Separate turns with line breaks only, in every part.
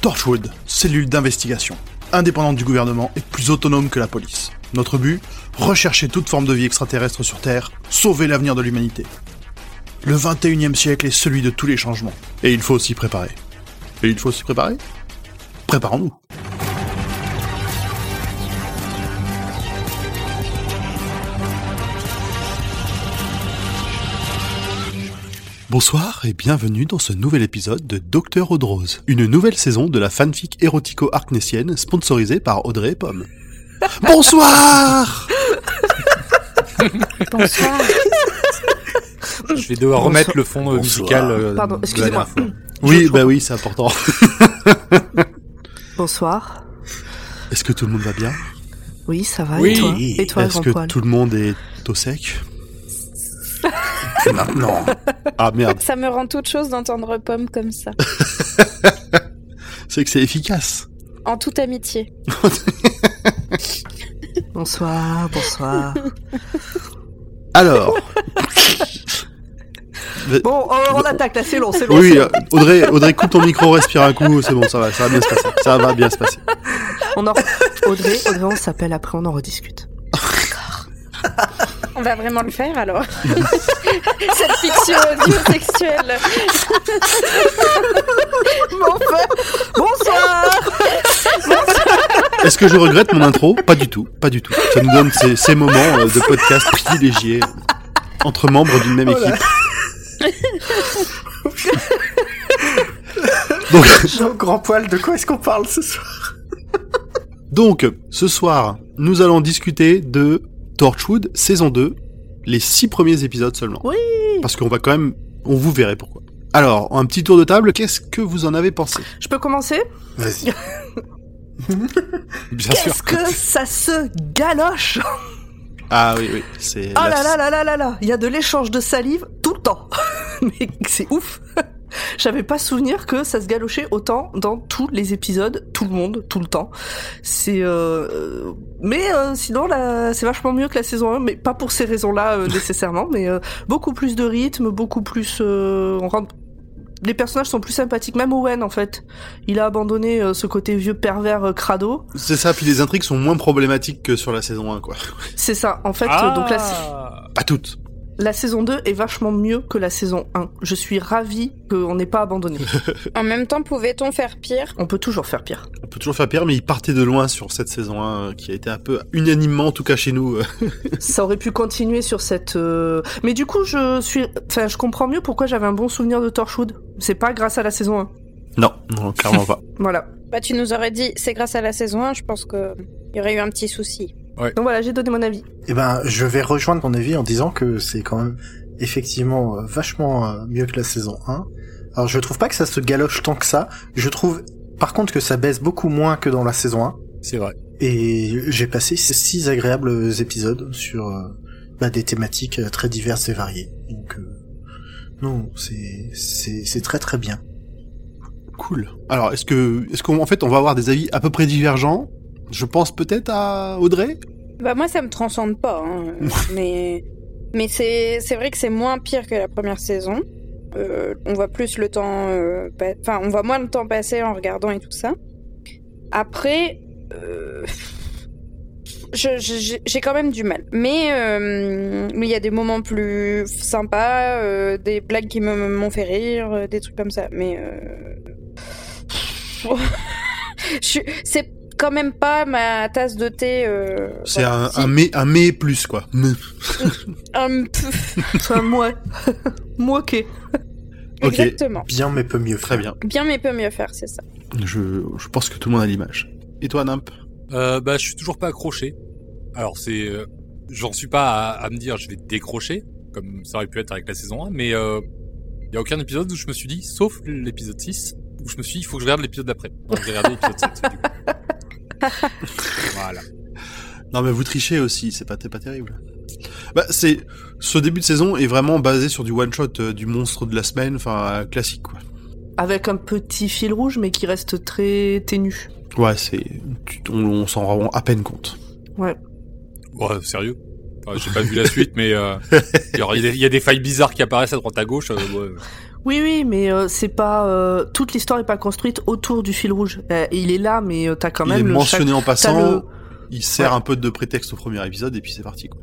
Torchwood, cellule d'investigation, indépendante du gouvernement et plus autonome que la police. Notre but Rechercher toute forme de vie extraterrestre sur Terre, sauver l'avenir de l'humanité. Le 21e siècle est celui de tous les changements, et il faut s'y préparer. Et il faut s'y préparer Préparons-nous Bonsoir et bienvenue dans ce nouvel épisode de Docteur Audrose, une nouvelle saison de la fanfic érotico-arknessienne sponsorisée par Audrey et Pomme. Bonsoir
Bonsoir.
Je vais devoir remettre le fond euh, musical. euh,
Pardon,
de la
excusez-moi.
dernière fois.
Oui, bah oui, c'est important.
Bonsoir.
Est-ce que tout le monde va bien
Oui, ça va.
Oui.
Et toi, et toi
Est-ce
grand
que
poil
tout le monde est au sec Maintenant. Ah merde,
Ça me rend toute chose d'entendre Pomme comme ça.
c'est que c'est efficace.
En toute amitié.
Bonsoir, bonsoir.
Alors,
bon, oh, on attaque, là, c'est long, c'est long.
oui,
c'est long.
euh, Audrey, Audrey, coupe ton micro, respire un coup, c'est bon, ça va, ça va bien se passer. Ça va bien se passer.
On en... Audrey, Audrey, on s'appelle après, on en rediscute.
On va vraiment le faire alors. Cette fiction audio-sexuelle.
Bonsoir
Est-ce que je regrette mon intro Pas du tout, pas du tout. Ça nous donne ces, ces moments euh, de podcast privilégiés entre membres d'une
Oh
même équipe. Donc,
Jean Grand Poil, de quoi est-ce qu'on parle ce soir
Donc, ce soir, nous allons discuter de Torchwood saison 2, les six premiers épisodes seulement.
Oui.
Parce qu'on va quand même, on vous verrez pourquoi. Alors, un petit tour de table, qu'est-ce que vous en avez pensé
Je peux commencer
Vas-y.
Bien sûr.
Qu'est-ce que ça se galoche
Ah oui, oui, c'est
Ah
la-
là là là là là là Il y a de l'échange de salive tout le temps. Mais c'est ouf J'avais pas souvenir que ça se galochait autant dans tous les épisodes, tout le monde, tout le temps. C'est euh... mais euh, sinon là, c'est vachement mieux que la saison 1, mais pas pour ces raisons-là euh, nécessairement, mais euh, beaucoup plus de rythme, beaucoup plus euh, on rentre les personnages sont plus sympathiques, même Owen en fait. Il a abandonné euh, ce côté vieux pervers euh, crado.
C'est ça, puis les intrigues sont moins problématiques que sur la saison 1, quoi.
C'est ça, en fait.
Ah.
euh, donc là,
Pas toutes.
La saison 2 est vachement mieux que la saison 1. Je suis ravie qu'on n'ait pas abandonné.
En même temps, pouvait-on faire pire
On peut toujours faire pire.
On peut toujours faire pire, mais ils partaient de loin sur cette saison 1, euh, qui a été un peu unanimement, en tout cas chez nous. euh.
Ça aurait pu continuer sur cette... euh, Mais du coup, je suis... Enfin, je comprends mieux pourquoi j'avais un bon souvenir de Torchwood. C'est pas grâce à la saison 1.
Non, non, clairement pas.
Voilà.
Bah, tu nous aurais dit, c'est grâce à la saison 1, je pense que il y aurait eu un petit souci.
Donc voilà, j'ai donné mon avis.
Eh ben, je vais rejoindre ton avis en disant que c'est quand même effectivement euh, vachement euh, mieux que la saison 1. Alors, je trouve pas que ça se galoche tant que ça. Je trouve, par contre, que ça baisse beaucoup moins que dans la saison 1.
C'est vrai.
Et j'ai passé ces six agréables épisodes sur euh, bah, des thématiques euh, très diverses et variées. Donc, euh, non, c'est c'est c'est très très bien.
Cool. Alors, est-ce que, est-ce qu'en fait, on va avoir des avis à peu près divergents Je pense peut-être à Audrey.
Bah, moi, ça me transcende pas. hein, euh, mais mais c'est c'est vrai que c'est moins pire que la première saison. Euh, on voit plus le temps. euh, pa- Enfin, on voit moins le temps passer en regardant et tout ça. Après. euh, je- je- J'ai j'ai quand même du mal. Mais euh, mais il y a des moments plus sympas, euh, des blagues qui me- m'ont fait rire, euh, des trucs comme ça. Mais. euh, je suis- C'est quand même pas ma tasse de thé. euh,
C'est
voilà.
un,
Si-
un mais, un mais plus, quoi. Mais.
un pff,
Enfin, moi... moi, ok.
Ok.
Exactement.
Bien, mais peu mieux.
Très bien.
faire.
Bien, mais peut mieux faire, c'est ça.
Je, je pense que tout le monde a l'image. Et toi, Nimp
Euh, bah, je suis toujours pas accroché. Alors, c'est, euh, j'en suis pas à, à me dire, je vais décrocher, comme ça aurait pu être avec la saison 1, mais il euh, y a aucun épisode où je me suis dit, sauf l'épisode 6, où je me suis dit, il faut que je regarde l'épisode d'après. Donc, j'ai regardé l'épisode 7. du coup. voilà.
Non, mais vous trichez aussi. C'est pas, c'est pas terrible. Bah, c'est, ce début de saison est vraiment basé sur du one shot euh, du monstre de la semaine, enfin euh, classique, quoi.
Avec un petit fil rouge, mais qui reste très ténu.
Ouais, c'est, tu- on, on s'en rend à peine compte.
Ouais, sérieux. Enfin, j'ai pas vu la suite, mais euh, il y, aura- il y a des failles bizarres qui apparaissent à droite à gauche. euh, ouais.
Oui, oui, mais euh, c'est pas euh, toute l'histoire est pas construite autour du fil rouge. Euh, il est là, mais euh, t'as quand
Il
même
est
le
mentionné en
t'as
passant,
le-
il sert
Ouais.
un peu de prétexte au premier épisode et puis c'est parti. Quoi.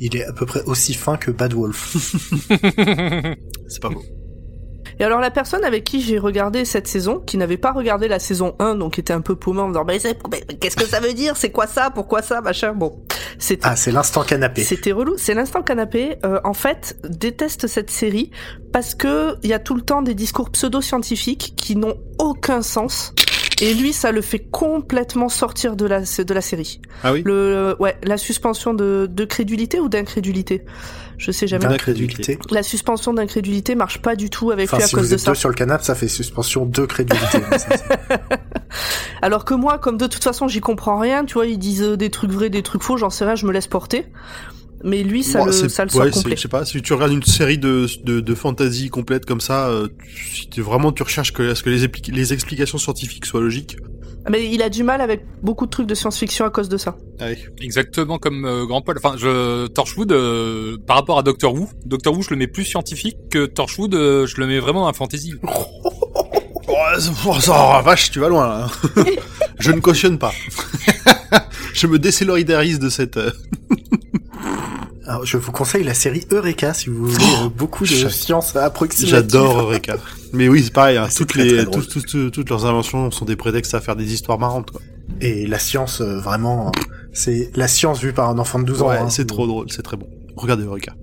Il est à peu près aussi fin que Bad Wolf.
C'est pas beau.
chaque- Et alors la personne avec qui j'ai regardé cette saison, qui n'avait pas regardé la saison 1, donc était un peu paumée en me disant mais c'est- mais qu'est-ce que ça veut dire, c'est quoi ça, pourquoi ça, machin. Bon, c'était
Ah, c'est l'instant canapé.
C'était relou. C'est l'instant canapé. euh, en fait, déteste cette série parce que il y a tout le temps des discours pseudo-scientifiques qui n'ont aucun sens. Et lui, ça le fait complètement sortir de la de la série.
Ah oui
Le ouais, la suspension de, de crédulité ou d'incrédulité, je sais jamais.
D'incrédulité.
La suspension d'incrédulité marche pas du tout avec
Enfin,
lui à
si
cause
vous
de
êtes
ça.
deux sur le canapé, ça fait suspension de crédulité. Mais ça, c'est-
Alors que moi, comme de toute façon, j'y comprends rien. Tu vois, ils disent euh, des trucs vrais, des trucs faux. J'en sais rien. Je me laisse porter. Mais lui, ça
Moi,
le
Bah, c'est-
ça le
ouais,
sort
c'est-
complet.
Je sais pas, si tu regardes une série de, de, de fantasy complète comme ça, euh, tu- si tu, vraiment tu recherches que, à ce que les, épli- les explications scientifiques soient logiques.
Mais il a du mal avec beaucoup de trucs de science-fiction à cause de ça.
Allez.
Exactement comme euh, Grand Paul. Enfin, je Torchwood euh, par rapport à Doctor Who. Doctor Who, je le mets plus scientifique que Torchwood. euh, je le mets vraiment dans la fantasy.
Oh, ça- oh, ça- oh, vache, tu vas loin là. je ne cautionne pas. je me décéloridarise de cette. euh,
Alors, je vous conseille la série Eureka si vous voulez euh, beaucoup de
Oh, J'adore.
science approximative.
J'adore Eureka. Mais oui, c'est pareil, hein,
C'est
toutes,
très,
les,
très drôle.
tous- tous- tous- toutes leurs inventions sont des prétextes à faire des histoires marrantes. Quoi.
Et la science, euh, vraiment, euh, c'est la science vue par un enfant de 12 ans.
Ouais,
hein.
c'est trop drôle, c'est très bon. Regardez Eureka.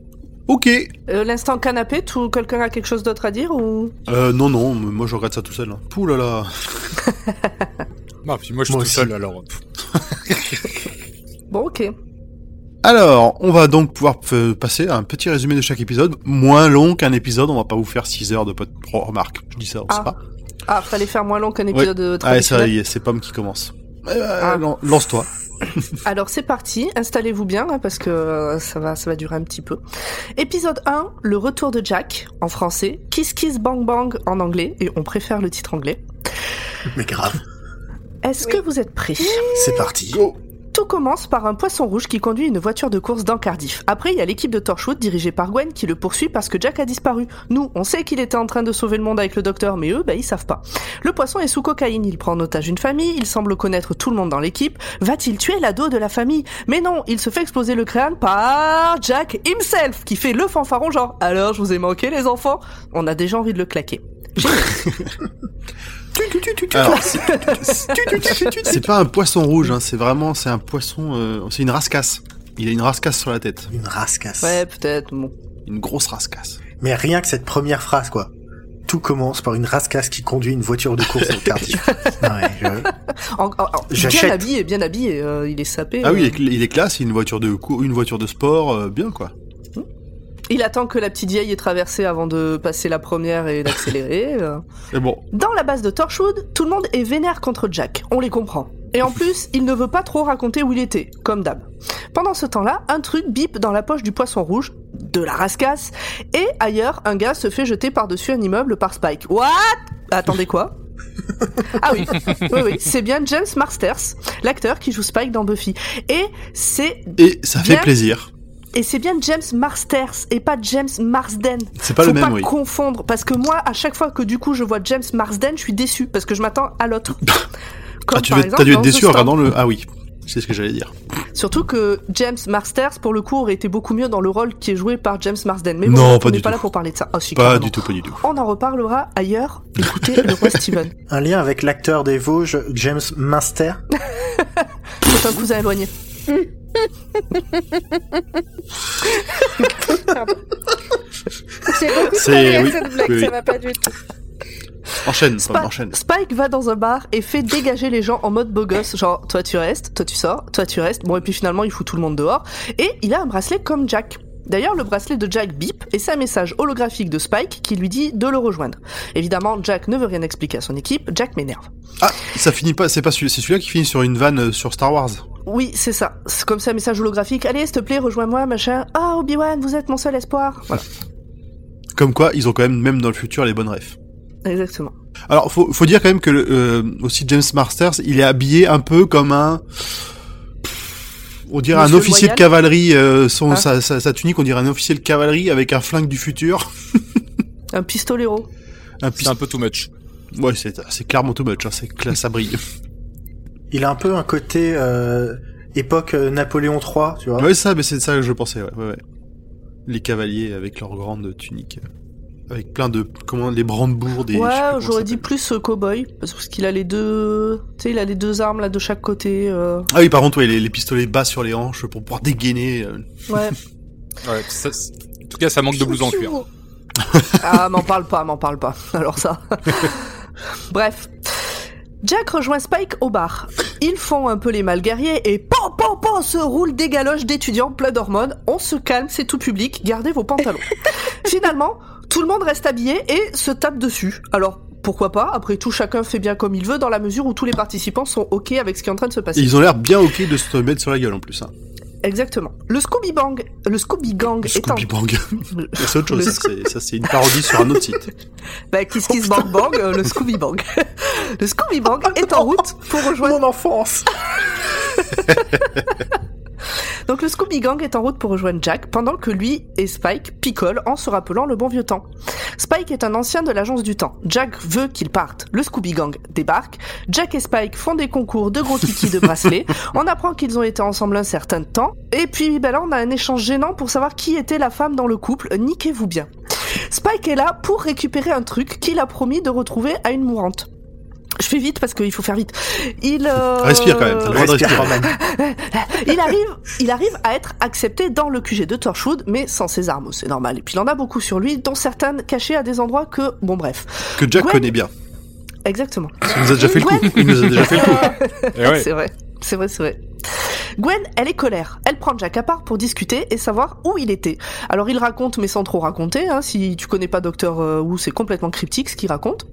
Ok.
Euh, L'instant canapé, tout quelqu'un a quelque chose d'autre à dire ou
Euh, non, non, mais moi je regarde ça tout seul. hein. Ouh là là.
Ah, puis moi, je suis
Moi
tout
aussi.
seul alors. euh, pff.
Bon, ok.
Alors, on va donc pouvoir euh, passer à un petit résumé de chaque épisode, moins long qu'un épisode, on va pas vous faire 6 heures de pod... oh, remarque, je dis ça, on sait
Ah,
pas.
Ah, fallait faire moins long qu'un épisode euh,
Ah, ouais, ça
traditionnel.
y est, c'est Pomme qui commence. Eh ben,
Ah.
lan- Lance-toi.
Alors c'est parti, installez-vous bien hein, parce que euh, ça va, ça va durer un petit peu. Épisode 1, le retour de Jack en français, Kiss Kiss Bang Bang en anglais et on préfère le titre anglais.
Mais grave,
Est-ce
Oui.
que vous êtes prêts
c'est parti.
Tout commence par un poisson rouge qui conduit une voiture de course dans Cardiff. Après, il y a l'équipe de Torchwood dirigée par Gwen qui le poursuit parce que Jack a disparu. Nous, on sait qu'il était en train de sauver le monde avec le docteur, mais eux, bah, ils savent pas. Le poisson est sous cocaïne, il prend en otage une famille, il semble connaître tout le monde dans l'équipe. Va-t-il tuer l'ado de la famille Mais non, il se fait exploser le crâne par Jack himself qui fait le fanfaron genre « Alors, je vous ai manqué les enfants ?» On a déjà envie de le claquer.
Alors, c'est- c'est pas un poisson rouge, hein, c'est vraiment, c'est un poisson, euh, c'est une rascasse. Il a une rascasse sur la tête,
Une rascasse.
Ouais, peut-être, bon.
une grosse rascasse.
Mais rien que cette première phrase, quoi. Tout commence par une rascasse qui conduit une voiture de course au Cardiff. Ouais, je-
En- en- en- bien
J'achète.
habillé, bien habillé, euh, il est sapé.
Ah oui,
euh.
il est, cl- il est classe, il a une voiture de cou- une voiture de sport, euh, bien quoi.
Il attend que la petite vieille ait traversé avant de passer la première et d'accélérer. euh.
Et bon,
Dans la base de Torchwood, tout le monde est vénère contre Jack, on les comprend. Et en plus, il ne veut pas trop raconter où il était, comme d'hab. Pendant ce temps-là, un truc bip dans la poche du poisson rouge, de la rascasse, et ailleurs, un gars se fait jeter par-dessus un immeuble par Spike. What Attendez quoi Ah oui, oui, oui, c'est bien James Marsters, l'acteur qui joue Spike dans Buffy. Et c'est
et ça fait
Bien.
plaisir.
et c'est bien James Marsters et pas James Marsden.
C'est pas
Faut
le même,
pas
oui.
confondre, parce que moi, à chaque fois que du coup je vois James Marsden, je suis déçu parce que je m'attends à l'autre. Comme
Ah, tu
par
devais-
exemple
t'as dû être
dans
déçu
The
en
Storm.
regardant le. Ah oui, c'est ce que j'allais dire.
Surtout que James Marsters, pour le coup, aurait été beaucoup mieux dans le rôle qui est joué par James Marsden. Mais bon,
Non,
on
pas
n'est
du
pas
tout.
là pour parler de ça. Oh, si,
Pas
carrément.
du tout, pas du tout.
On en reparlera ailleurs. Écoutez le roi Steven.
Un lien avec l'acteur des Vosges, James Minster.
C'est un cousin éloigné.
J'ai beaucoup
C'est-
parlé à
oui,
cette blague,
oui, oui.
ça va pas du tout.
Enchaîne,
Spi-
Pomme, enchaîne.
Spike va dans un bar et fait dégager les gens en mode beau gosse, genre toi tu restes, toi tu sors, toi tu restes. Bon et puis finalement il fout tout le monde dehors et il a un bracelet comme Jack. D'ailleurs, le bracelet de Jack bip et c'est un message holographique de Spike qui lui dit de le rejoindre. Évidemment, Jack ne veut rien expliquer à son équipe, Jack m'énerve.
Ah, ça finit pas, c'est pas celui, c'est celui-là qui finit sur une vanne euh, sur Star Wars.
Oui, c'est ça. C'est comme ça un message holographique. Allez, s'il te plaît, rejoins-moi, machin. Ah, Obi-Wan, vous êtes mon seul espoir. Voilà,
Comme quoi, ils ont quand même, même dans le futur, les bonnes refs.
exactement.
Alors, faut, faut dire quand même que le, euh, aussi James Masters, il est habillé un peu comme un, on dirait un
Monsieur
officier
Loyal
de cavalerie. euh, son,
Hein
sa, sa- sa tunique, on dirait un officier de cavalerie avec un flingue du futur.
Un pistolero.
Un
C'est
pist-
un peu too much.
Ouais, c'est c'est clairement too much, hein, c'est cla- ça brille.
Il a un peu un côté euh, époque euh, Napoléon III, tu vois.
Ouais, ça, mais c'est ça que je pensais, ouais, ouais, ouais. Les cavaliers avec leurs grandes tuniques. euh, Avec plein de. Comment Les brandebourgs des. je sais plus
ouais,
comment
j'aurais
ça
dit
s'appelle.
plus euh, cowboy parce qu'il a les deux, tu sais, il a les deux armes là de chaque côté. euh.
Ah oui, par contre, ouais, les, les pistolets bas sur les hanches pour pouvoir dégainer. euh.
Ouais.
Ouais, ça, c'est- en tout cas, ça manque de blouse en cuir.
Ah, m'en parle pas, m'en parle pas. Alors ça. Bref. Jack rejoint Spike au bar. Ils font un peu les mal guerriers et pan pan pan se roule des galoches d'étudiants pleins d'hormones. On se calme, c'est tout public, gardez vos pantalons. Finalement, tout le monde reste habillé et se tape dessus. Alors pourquoi pas Après tout, chacun fait bien comme il veut dans la mesure où tous les participants sont ok avec ce qui est en train de se
Et
passer.
ils ont l'air bien ok de se mettre sur la gueule en plus. Hein.
Exactement. Le Scooby Bang, le Scooby Gang est en
Scooby Bang. c'est autre chose, ça,
Le-
c'est- ça c'est une parodie sur un autre site.
Bah, Kiss Kiss Bang Bang, euh, le Scooby Bang. le Scooby Bang est en route pour rejoindre.
Mon enfance
Donc, le Scooby Gang est en route pour rejoindre Jack pendant que lui et Spike picolent en se rappelant le bon vieux temps. Spike est un ancien de l'agence du temps. Jack veut qu'il parte. Le Scooby Gang débarque. Jack et Spike font des concours de gros kiki de bracelets. On apprend qu'ils ont été ensemble un certain temps. Et puis, ben là, on a un échange gênant pour savoir qui était la femme dans le couple. Niquez-vous bien. Spike est là pour récupérer un truc qu'il a promis de retrouver à une mourante. Je fais vite parce qu'il faut faire vite. Il euh,
Respire quand même, t'as le droit de
Respire,
respirer.
Roman.
il arrive, il arrive à être accepté dans le QG de Torchwood, mais sans ses armes, c'est normal. Et puis il en a beaucoup sur lui, dont certaines cachées à des endroits que, bon bref,
Que Jack
Gwen-
connaît bien.
exactement.
Il nous a déjà fait le coup. Il nous a déjà fait le coup.
Et ouais,
C'est vrai, c'est vrai, c'est vrai. Gwen, elle est colère. Elle prend Jack à part pour discuter et savoir où il était. Alors il raconte, mais sans trop raconter. hein. si tu connais pas Docteur Who, c'est complètement cryptique ce qu'il raconte.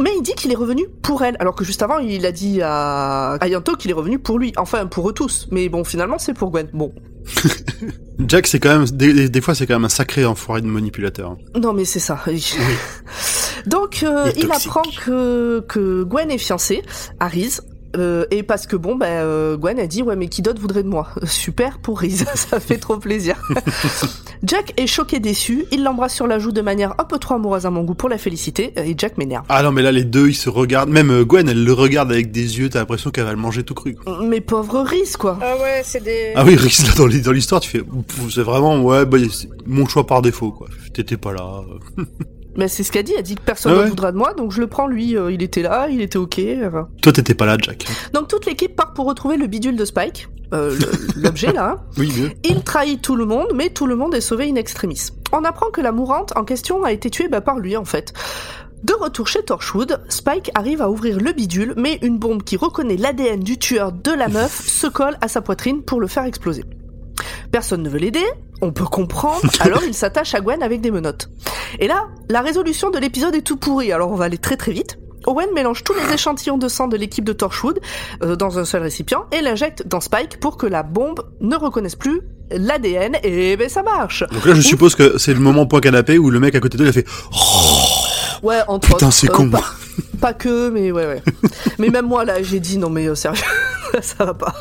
Mais il dit qu'il est revenu pour elle, alors que juste avant, il a dit à Ayanto qu'il est revenu pour lui. Enfin, pour eux tous. Mais bon, finalement, c'est pour Gwen. Bon,
Jack, c'est quand même. Des, des- des fois, c'est quand même un sacré enfoiré de manipulateur. hein.
Non, mais c'est ça. Donc, euh,
Il est
il,
toxique.
apprend que, que Gwen est fiancée à Reese. euh, et parce que bon, ben, euh, Gwen a dit ouais, mais qui d'autre voudrait de moi Super pour Reese, ça fait trop plaisir. Jack est choqué, déçu. Il l'embrasse sur la joue de manière un peu trop amoureuse à mon goût pour la féliciter. Et Jack m'énerve.
Ah non, mais là, les deux, ils se regardent. Même euh, Gwen, elle le regarde avec des yeux, t'as l'impression qu'elle va le manger tout cru. quoi.
Mais pauvre Reese, quoi.
Ah ouais, c'est des.
Ah oui, Rix, là, dans l'hi- dans l'histoire, tu fais. Pff, C'est vraiment, ouais, bah, c'est mon choix par défaut, quoi. T'étais pas là. euh.
Mais c'est ce qu'a dit. Elle dit que personne
Ah
ne
ouais.
voudra de moi, donc je le prends lui. euh, il était là, il était ok. euh.
Toi, t'étais pas là, Jack.
Donc toute l'équipe part pour retrouver le bidule de Spike, euh, le- l'objet là. hein.
Oui, mieux.
Il trahit tout le monde, mais tout le monde est sauvé in extremis. On apprend que la mourante en question a été tuée bah, par lui en fait. De retour chez Torchwood, Spike arrive à ouvrir le bidule, mais une bombe qui reconnaît l'ADN du tueur de la meuf se colle à sa poitrine pour le faire exploser. Personne ne veut l'aider, on peut comprendre, alors il s'attache à Gwen avec des menottes. Et là, la résolution de l'épisode est tout pourrie, alors on va aller très très vite. Owen mélange tous les échantillons de sang de l'équipe de Torchwood euh, dans un seul récipient et l'injecte dans Spike pour que la bombe ne reconnaisse plus l'ADN et ben ça marche.
Donc là, je suppose que c'est le moment point canapé où le mec à côté d'eux, il a fait
Ouais, entre
Putain,
autres,
c'est
euh,
con.
Pas, pas que, mais ouais, ouais. mais même moi, là, j'ai dit non, mais euh, sérieux, ça va pas.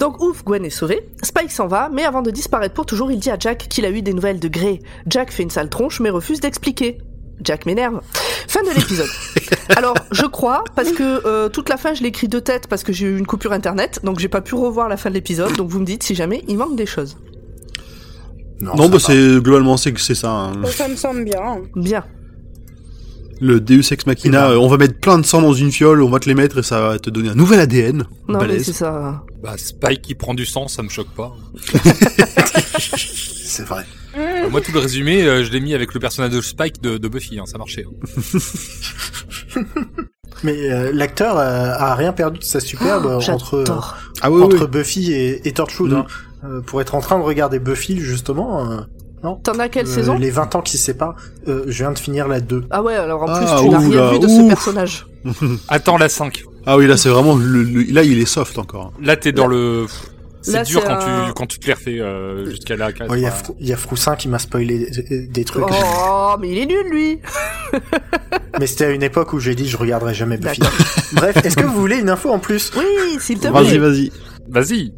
Donc, ouf, Gwen est sauvée. Spike s'en va, mais avant de disparaître pour toujours, il dit à Jack qu'il a eu des nouvelles de Grey. Jack fait une sale tronche, mais refuse d'expliquer. Jack m'énerve. Fin de l'épisode. Alors, je crois, parce que euh, toute la fin, je l'écris de tête parce que j'ai eu une coupure internet, donc j'ai pas pu revoir la fin de l'épisode, donc vous me dites si jamais il manque des choses.
Non, bah,
ça va.
c'est. Globalement, c'est que c'est ça. hein.
Ça, Oh, ça me semble bien.
Bien.
Le Deus Ex Machina,
Eh ben.
euh, on va mettre plein de sang dans une fiole, on va te les mettre et ça va te donner un nouvel ADN.
Non, mais
Balèze.
c'est ça.
bah, Spike qui prend du sang, ça me choque pas.
C'est vrai.
Mm.
Euh, moi, tout le résumé, euh, je l'ai mis avec le personnage de Spike de, de Buffy, hein, ça marchait. hein.
Mais euh, l'acteur euh, a rien perdu de sa superbe euh, entre,
Oh,
euh,
J'adore.
Ah oui,
entre Buffy et, et Torchwood.
Mm.
hein. Euh, pour être en train de regarder Buffy, justement, euh,
T'en as quelle
euh,
saison
les 20 ans qui se séparent, euh, je viens de finir la 2.
Ah ouais, alors en
Ah,
plus, tu n'as
oula,
rien vu de ce
ouf.
personnage.
Attends la 5.
Ah oui, là, c'est vraiment. le- le- Là, il est soft encore. hein.
Là, t'es dans le. pff, C'est
Là,
dur
c'est
quand,
un-
tu, quand tu te les refais euh, jusqu'à la
Il
quatre,
y, a
quoi.
Frou- y a Froussin qui m'a spoilé des, des trucs.
Oh, mais il est nul, lui
Mais c'était à une époque où j'ai dit je regarderai jamais Buffy.
D'accord.
Bref, est-ce que vous voulez une info en plus
Oui, s'il te
Vas-y,
plaît.
vas-y.
Bah, Vas-y.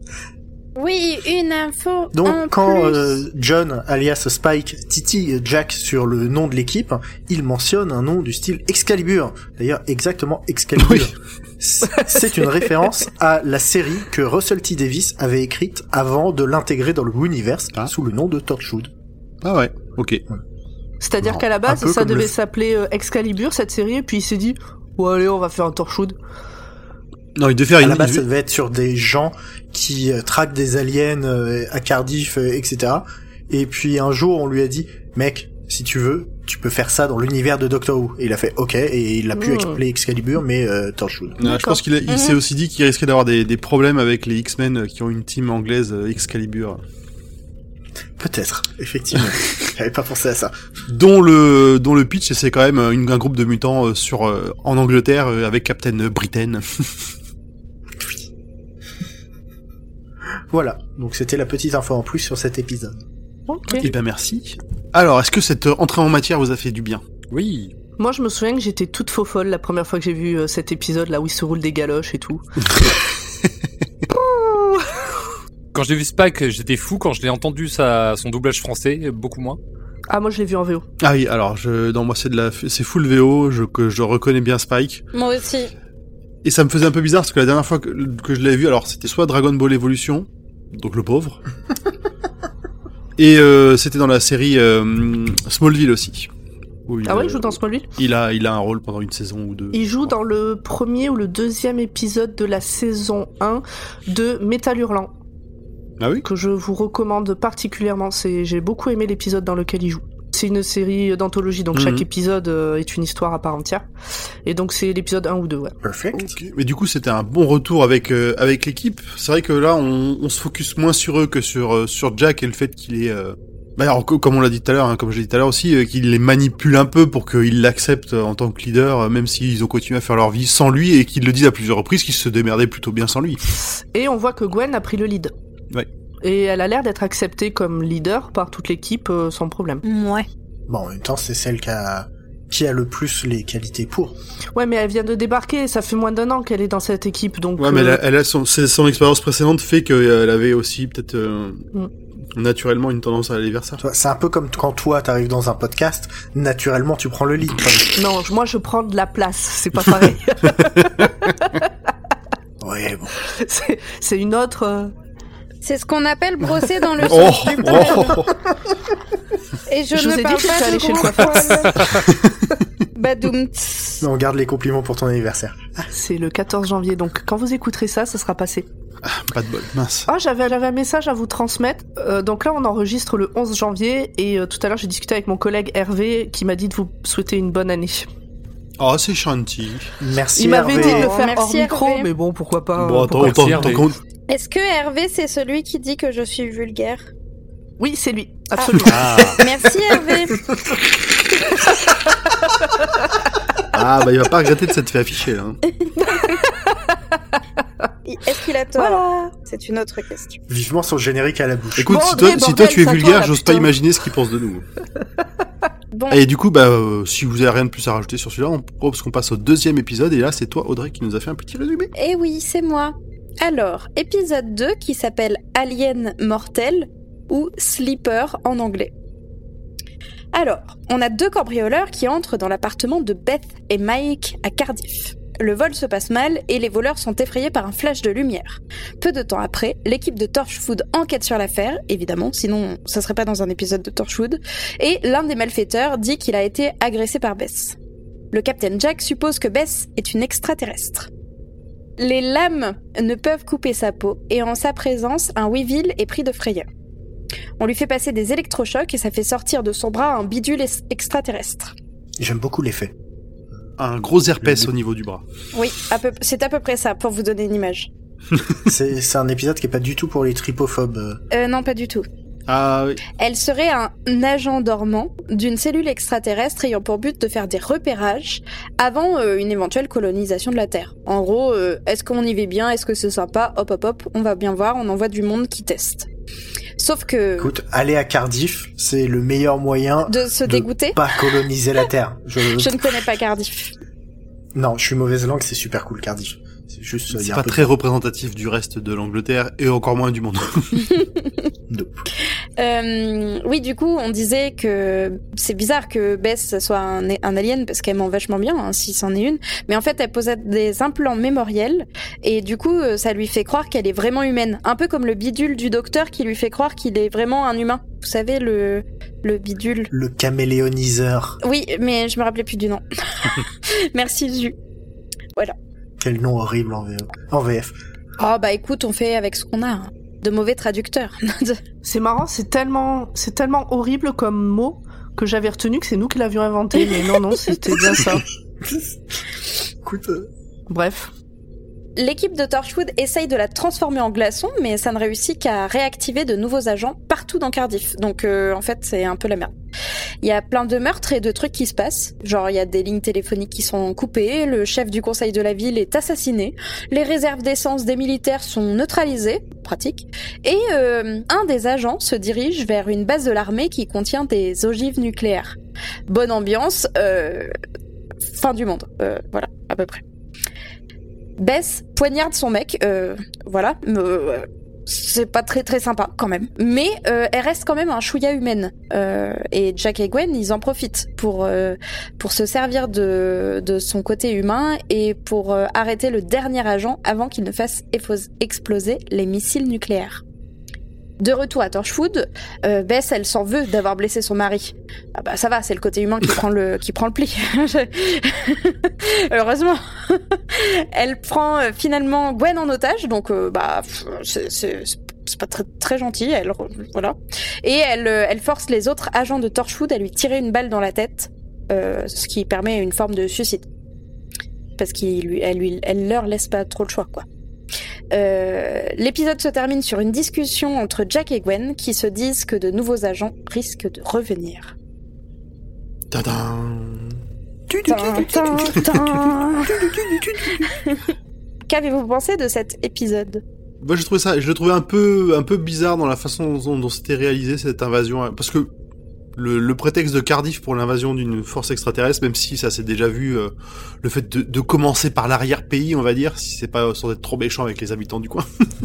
Oui, une info.
Donc
en
quand
plus.
euh, John, alias Spike, titille Jack sur le nom de l'équipe, il mentionne un nom du style Excalibur. D'ailleurs, exactement Excalibur. C'est- C'est une référence à la série que Russell T. Davis avait écrite avant de l'intégrer dans le Universe
Ah.
sous le nom de Torchwood.
Ah ouais, ok.
C'est-à-dire
Non,
qu'à la
un
base,
peu
ça
comme le
devait
f-
s'appeler euh, Excalibur, cette série, et puis il s'est dit, ouais, allez, on va faire un Torchwood.
Non, il devait faire
À
une...
la base, ça
il devait-
devait être sur des gens qui euh, traquent des aliens euh, à Cardiff, euh, etc. Et puis un jour, on lui a dit, mec, si tu veux, tu peux faire ça dans l'univers de Doctor Who. Et il a fait OK, et il a pu
Mm.
appeler Excalibur, mais euh, Torchwood.
Ah, je pense qu'il a- il
Mhm.
s'est aussi dit qu'il risquait d'avoir des, des problèmes avec les X-Men euh, qui ont une team anglaise euh, Excalibur,
Peut-être, effectivement. J'avais pas pensé à ça.
dont le dont le pitch c'est quand même euh, une- un groupe de mutants euh, sur euh, en Angleterre euh, avec Captain Britain.
Voilà, donc c'était la petite info en plus sur cet épisode.
Ok.
Eh ben merci. Alors, est-ce que cette euh, entrée en matière vous a fait du bien
Oui.
Moi, je me souviens que j'étais toute faux folle la première fois que j'ai vu euh, cet épisode là où il se roule des galoches et tout.
Quand j'ai vu Spike, j'étais fou. Quand je l'ai entendu sa, son doublage français, beaucoup moins.
Ah, moi, je l'ai vu en VO.
Ah oui, alors je, dans moi c'est de la, c'est full VO, je, que je reconnais bien Spike.
Moi aussi.
Et ça me faisait un peu bizarre parce que la dernière fois que, que je l'avais vu, alors c'était soit Dragon Ball Evolution, donc le pauvre, et euh, c'était dans la série euh, Smallville aussi. où il,
Ah ouais,
euh,
il joue dans Smallville
il a, il a un rôle pendant une saison ou deux.
Il joue dans le premier ou le deuxième épisode de la saison 1 de Métal Hurlant,
Ah oui.
que je vous recommande particulièrement. C'est, j'ai beaucoup aimé l'épisode dans lequel il joue. C'est une série d'anthologie, donc
Mhm.
chaque épisode euh, est une histoire à part entière. Et donc, c'est l'épisode 1 ou 2, ouais.
Perfect.
Ok. Mais du coup, c'était un bon retour avec euh, avec l'équipe. C'est vrai que là, on, on se focus moins sur eux que sur euh, sur Jack et le fait qu'il est. euh, Bah, alors, co- comme on l'a dit tout à l'heure, hein, comme je l'ai dit tout à l'heure aussi, euh, qu'il les manipule un peu pour qu'ils l'acceptent euh, en tant que leader, euh, même s'ils ont continué à faire leur vie sans lui et qu'ils le disent à plusieurs reprises qu'ils se démerdaient plutôt bien sans lui.
Et on voit que Gwen a pris le lead.
Ouais.
Et elle a l'air d'être acceptée comme leader par toute l'équipe euh, sans problème.
Ouais.
Bon, en même temps, c'est celle qui a, qui a le plus les qualités pour.
Ouais, mais elle vient de débarquer, ça fait moins d'un an qu'elle est dans cette équipe, donc.
Ouais, mais elle
euh,
a, elle a son c'est- son expérience précédente fait qu'elle avait aussi peut-être euh,
Mm.
naturellement une tendance à aller vers ça.
Tu vois, C'est un peu comme t- quand toi, t'arrives dans un podcast, naturellement, tu prends le lead.
Non, je- moi je prends de la place, c'est pas pareil.
ouais, bon.
c'est c'est une autre. euh,
C'est ce qu'on appelle brosser dans le
Oh,
sens du poil.
oh.
Et je,
Je vous
ne
ai
parle
dit que
pas
j'étais
de
allée chez le
gros poils. Bah, Badoum. tss.
Non, on garde les compliments pour ton anniversaire.
C'est le 14 janvier, donc quand vous écouterez ça, ça sera passé.
Pas de bol, mince.
Ah, j'avais j'avais un message à vous transmettre. Euh, donc là, on enregistre le 11 janvier et euh, tout à l'heure, j'ai discuté avec mon collègue Hervé qui m'a dit de vous souhaiter une bonne année.
Oh, c'est chanty.
Merci,
Il m'avait
Hervé.
dit de le faire
Oh, Merci,
hors micro,
Hervé.
mais bon, pourquoi pas.
bon,
euh,
attends,
pourquoi
autant-
pas.
tant qu'on-
Est-ce que Hervé, c'est celui qui dit que je suis vulgaire
pas. Oui, c'est lui, absolument.
Ah.
Merci Hervé.
Ah bah il va pas regretter de s'être fait afficher là. hein.
Est-ce qu'il a tort
Voilà.
C'est une autre question.
Vivement son générique à la bouche.
Écoute,
Bon,
si, toi,
mais
si toi
bordel,
tu es
ça
vulgaire,
tourne, là,
j'ose pas
putain.
imaginer ce qu'il pense de nous.
Bon,
Et du coup, bah euh, si vous avez rien de plus à rajouter sur celui-là, on propose qu'on passe au deuxième épisode et là c'est toi Audrey qui nous a fait un petit résumé.
Eh oui, c'est moi. Alors, épisode 2 qui s'appelle Alien Mortel ou Sleeper en anglais. Alors, on a deux cambrioleurs qui entrent dans l'appartement de Beth et Mike à Cardiff. Le vol se passe mal et les voleurs sont effrayés par un flash de lumière. Peu de temps après, l'équipe de Torchwood enquête sur l'affaire, évidemment, sinon ça serait pas dans un épisode de Torchwood, et l'un des malfaiteurs dit qu'il a été agressé par Beth. Le capitaine Jack suppose que Beth est une extraterrestre. Les lames ne peuvent couper sa peau et en sa présence, un Weevil est pris de frayeur. On lui fait passer des électrochocs et ça fait sortir de son bras un bidule es- extraterrestre.
J'aime beaucoup l'effet.
Un gros herpès
Le-
au niveau du bras.
Oui, à peu- c'est à peu près ça pour vous donner une image.
C'est c'est un épisode qui est pas du tout pour les tripophobes. euh.
Euh, non, pas du tout.
Ah oui.
Elle serait un agent dormant d'une cellule extraterrestre ayant pour but de faire des repérages avant euh, une éventuelle colonisation de la Terre. En gros, euh, est-ce qu'on y vit bien Est-ce que c'est sympa Hop, hop, hop, on va bien voir, on envoie du monde qui teste. Sauf que
Écoute, aller à Cardiff, c'est le meilleur moyen
de se
de-
dégoûter,
pas coloniser la Terre. Je...
je ne connais pas Cardiff.
Non, je suis mauvaise langue, c'est super cool Cardiff. C'est juste. il y
C'est
a un
pas
peu de-
très représentatif du reste de l'Angleterre et encore moins du monde.
Nope.
Euh, oui, du coup, on disait que c'est bizarre que Bess soit un, un alien parce qu'elle ment vachement bien, hein, si c'en est une. Mais en fait, elle possède des implants mémoriels et du coup, euh, ça lui fait croire qu'elle est vraiment humaine. Un peu comme le bidule du docteur qui lui fait croire qu'il est vraiment un humain. Vous savez, le, le bidule.
Le caméléoniseur.
Oui, mais je me rappelais plus du nom. Merci, Ju.
Quel nom horrible en VF. En VF.
Oh, bah écoute, on fait avec ce qu'on a. hein. De mauvais traducteurs.
C'est marrant, c'est tellement, c'est tellement horrible comme mot que j'avais retenu que c'est nous qui l'avions inventé. Mais non, non, c'était bien ça.
Écoute, euh,
Bref.
L'équipe de Torchwood essaye de la transformer en glaçon, mais ça ne réussit qu'à réactiver de nouveaux agents partout dans Cardiff. Donc euh, en fait, c'est un peu la merde. Il y a plein de meurtres et de trucs qui se passent. Genre, il y a des lignes téléphoniques qui sont coupées, le chef du conseil de la ville est assassiné, les réserves d'essence des militaires sont neutralisées, pratique, et euh, un des agents se dirige vers une base de l'armée qui contient des ogives nucléaires. Bonne ambiance, euh, fin du monde, Euh, voilà, à peu près. Bess poignarde son mec, euh, voilà, mais, euh, c'est pas très très sympa quand même. Mais euh, elle reste quand même un chouïa humaine. Euh, et Jack et Gwen, ils en profitent pour, euh, pour se servir de, de son côté humain et pour euh, arrêter le dernier agent avant qu'il ne fasse effo- exploser les missiles nucléaires. De retour à Torchwood, euh, Bess, elle s'en veut d'avoir blessé son mari. Ah bah ça va, c'est le côté humain qui prend le qui prend le pli. Heureusement. Elle prend euh, finalement Gwen en otage, donc euh, bah pff, c'est- c'est c'est pas très, très gentil. Elle re- voilà et elle euh, elle force les autres agents de Torchwood à lui tirer une balle dans la tête, euh, ce qui permet une forme de suicide parce qu'il lui elle lui elle leur laisse pas trop le choix quoi. Euh, L'épisode se termine sur une discussion entre Jack et Gwen qui se disent que de nouveaux agents risquent de revenir.
Tadam.
Tin, tin, tin. Qu'avez-vous pensé de cet épisode
Moi, j'ai trouvé ça, je le trouvais un peu, un peu bizarre dans la façon dont, dont c'était réalisé cette invasion, hein, parce que le, le prétexte de Cardiff pour l'invasion d'une force extraterrestre, même si ça s'est déjà vu, euh, le fait de, de commencer par l'arrière-pays, on va dire, si c'est pas sans être trop méchant avec les habitants du coin.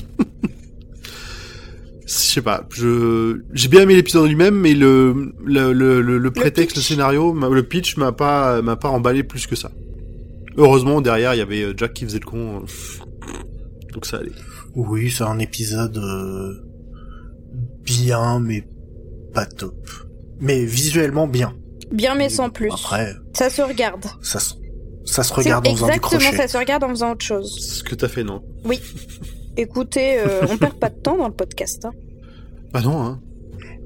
Je sais pas, je j'ai bien aimé l'épisode lui-même, mais le le, le, le- le prétexte, le,
pitch.
scénario, m'a- le pitch m'a pas m'a pas emballé plus que ça. Heureusement derrière il y avait euh, Jack qui faisait le con, euh, donc ça allait.
oui, c'est un épisode euh, bien, mais pas top. Mais visuellement bien.
Bien mais sans plus.
Après,
Ça se regarde.
ça se, ça se
C'est
regarde en faisant du
exactement
crochet.
ça se regarde en faisant autre chose.
Ce que t'as fait, non
Écoutez, euh, on perd pas de temps dans le podcast. hein.
Bah non, hein.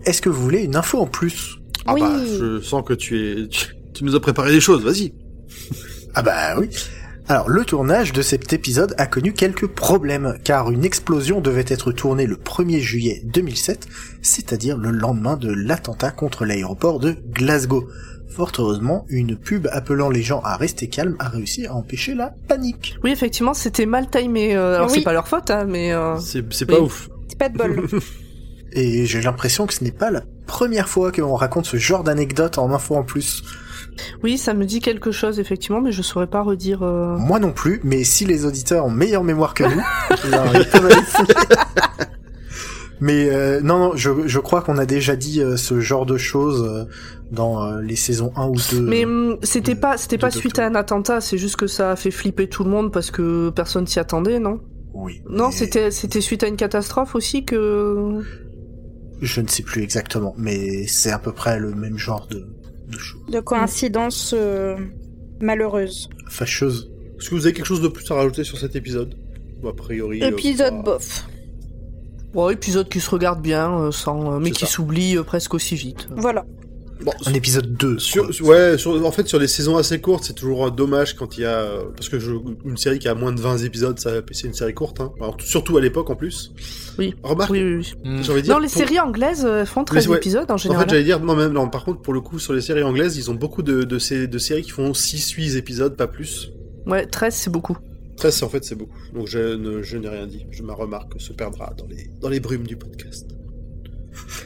Est-ce que vous voulez une info en plus
Ah
oui.
bah, je sens que tu es... Tu, tu nous as préparé des choses, vas-y.
Ah bah oui. Alors le tournage de cet épisode a connu quelques problèmes car une explosion devait être tournée le 1er juillet 2007, c'est-à-dire le lendemain de l'attentat contre l'aéroport de Glasgow. Fort heureusement, une pub appelant les gens à rester calmes a réussi à empêcher la panique.
Oui, effectivement, c'était mal timé. euh, Alors,
Oui.
c'est pas leur faute, hein, mais. euh,
C'est c'est pas
Oui.
ouf.
C'est pas de bol.
Et j'ai l'impression que ce n'est pas la première fois que l'on raconte ce genre d'anecdote en info en plus.
Oui, ça me dit quelque chose, effectivement, mais je saurais pas redire. euh.
Moi non plus, mais si les auditeurs ont meilleure mémoire que nous, ben, ils peuvent aller fouiller. Mais euh, non, non, je, je crois qu'on a déjà dit euh, ce genre de choses euh, dans euh, les saisons 1 ou 2.
Mais hum, c'était
de-
pas, c'était
de
pas
Doctor
suite à un attentat. C'est juste que ça a fait flipper tout le monde parce que personne s'y attendait, non
oui.
Non,
mais
c'était, c'était suite à une catastrophe aussi que.
Je ne sais plus exactement, mais c'est à peu près le même genre de, de choses.
De coïncidences euh, malheureuses.
Fâcheuse.
Est-ce que vous avez quelque chose de plus à rajouter sur cet épisode Bon, A priori... euh,
Épisode
pas-
bof.
Bon, épisode qui se regarde bien, euh, sans, euh, mais
C'est
qui
ça.
s'oublie euh, presque aussi vite.
Voilà.
Bon,
Un épisode 2.
sur,
quoi.
sur- ouais, sur- en fait, sur les saisons assez courtes, c'est toujours euh, dommage quand il y a... euh, Parce que je- une série qui a moins de 20 épisodes, ça- c'est une série courte. Hein. Alors, t- surtout à l'époque, en plus.
Oui.
Remarque,
Oui, oui, oui.
Hmm.
j'ai envie de dire...
Non, les
pour-
séries anglaises euh, font 13
ouais.
épisodes en
En
général.
fait, j'allais dire, non, même, non, par contre, pour le coup, sur les séries anglaises, ils ont beaucoup de, de, ces- de séries qui font 6-8 épisodes, pas plus.
Ouais, 13, c'est beaucoup.
13, en fait, c'est beaucoup. Donc je, ne- je n'ai rien dit. Je ma remarque se perdra dans les, dans les brumes du podcast.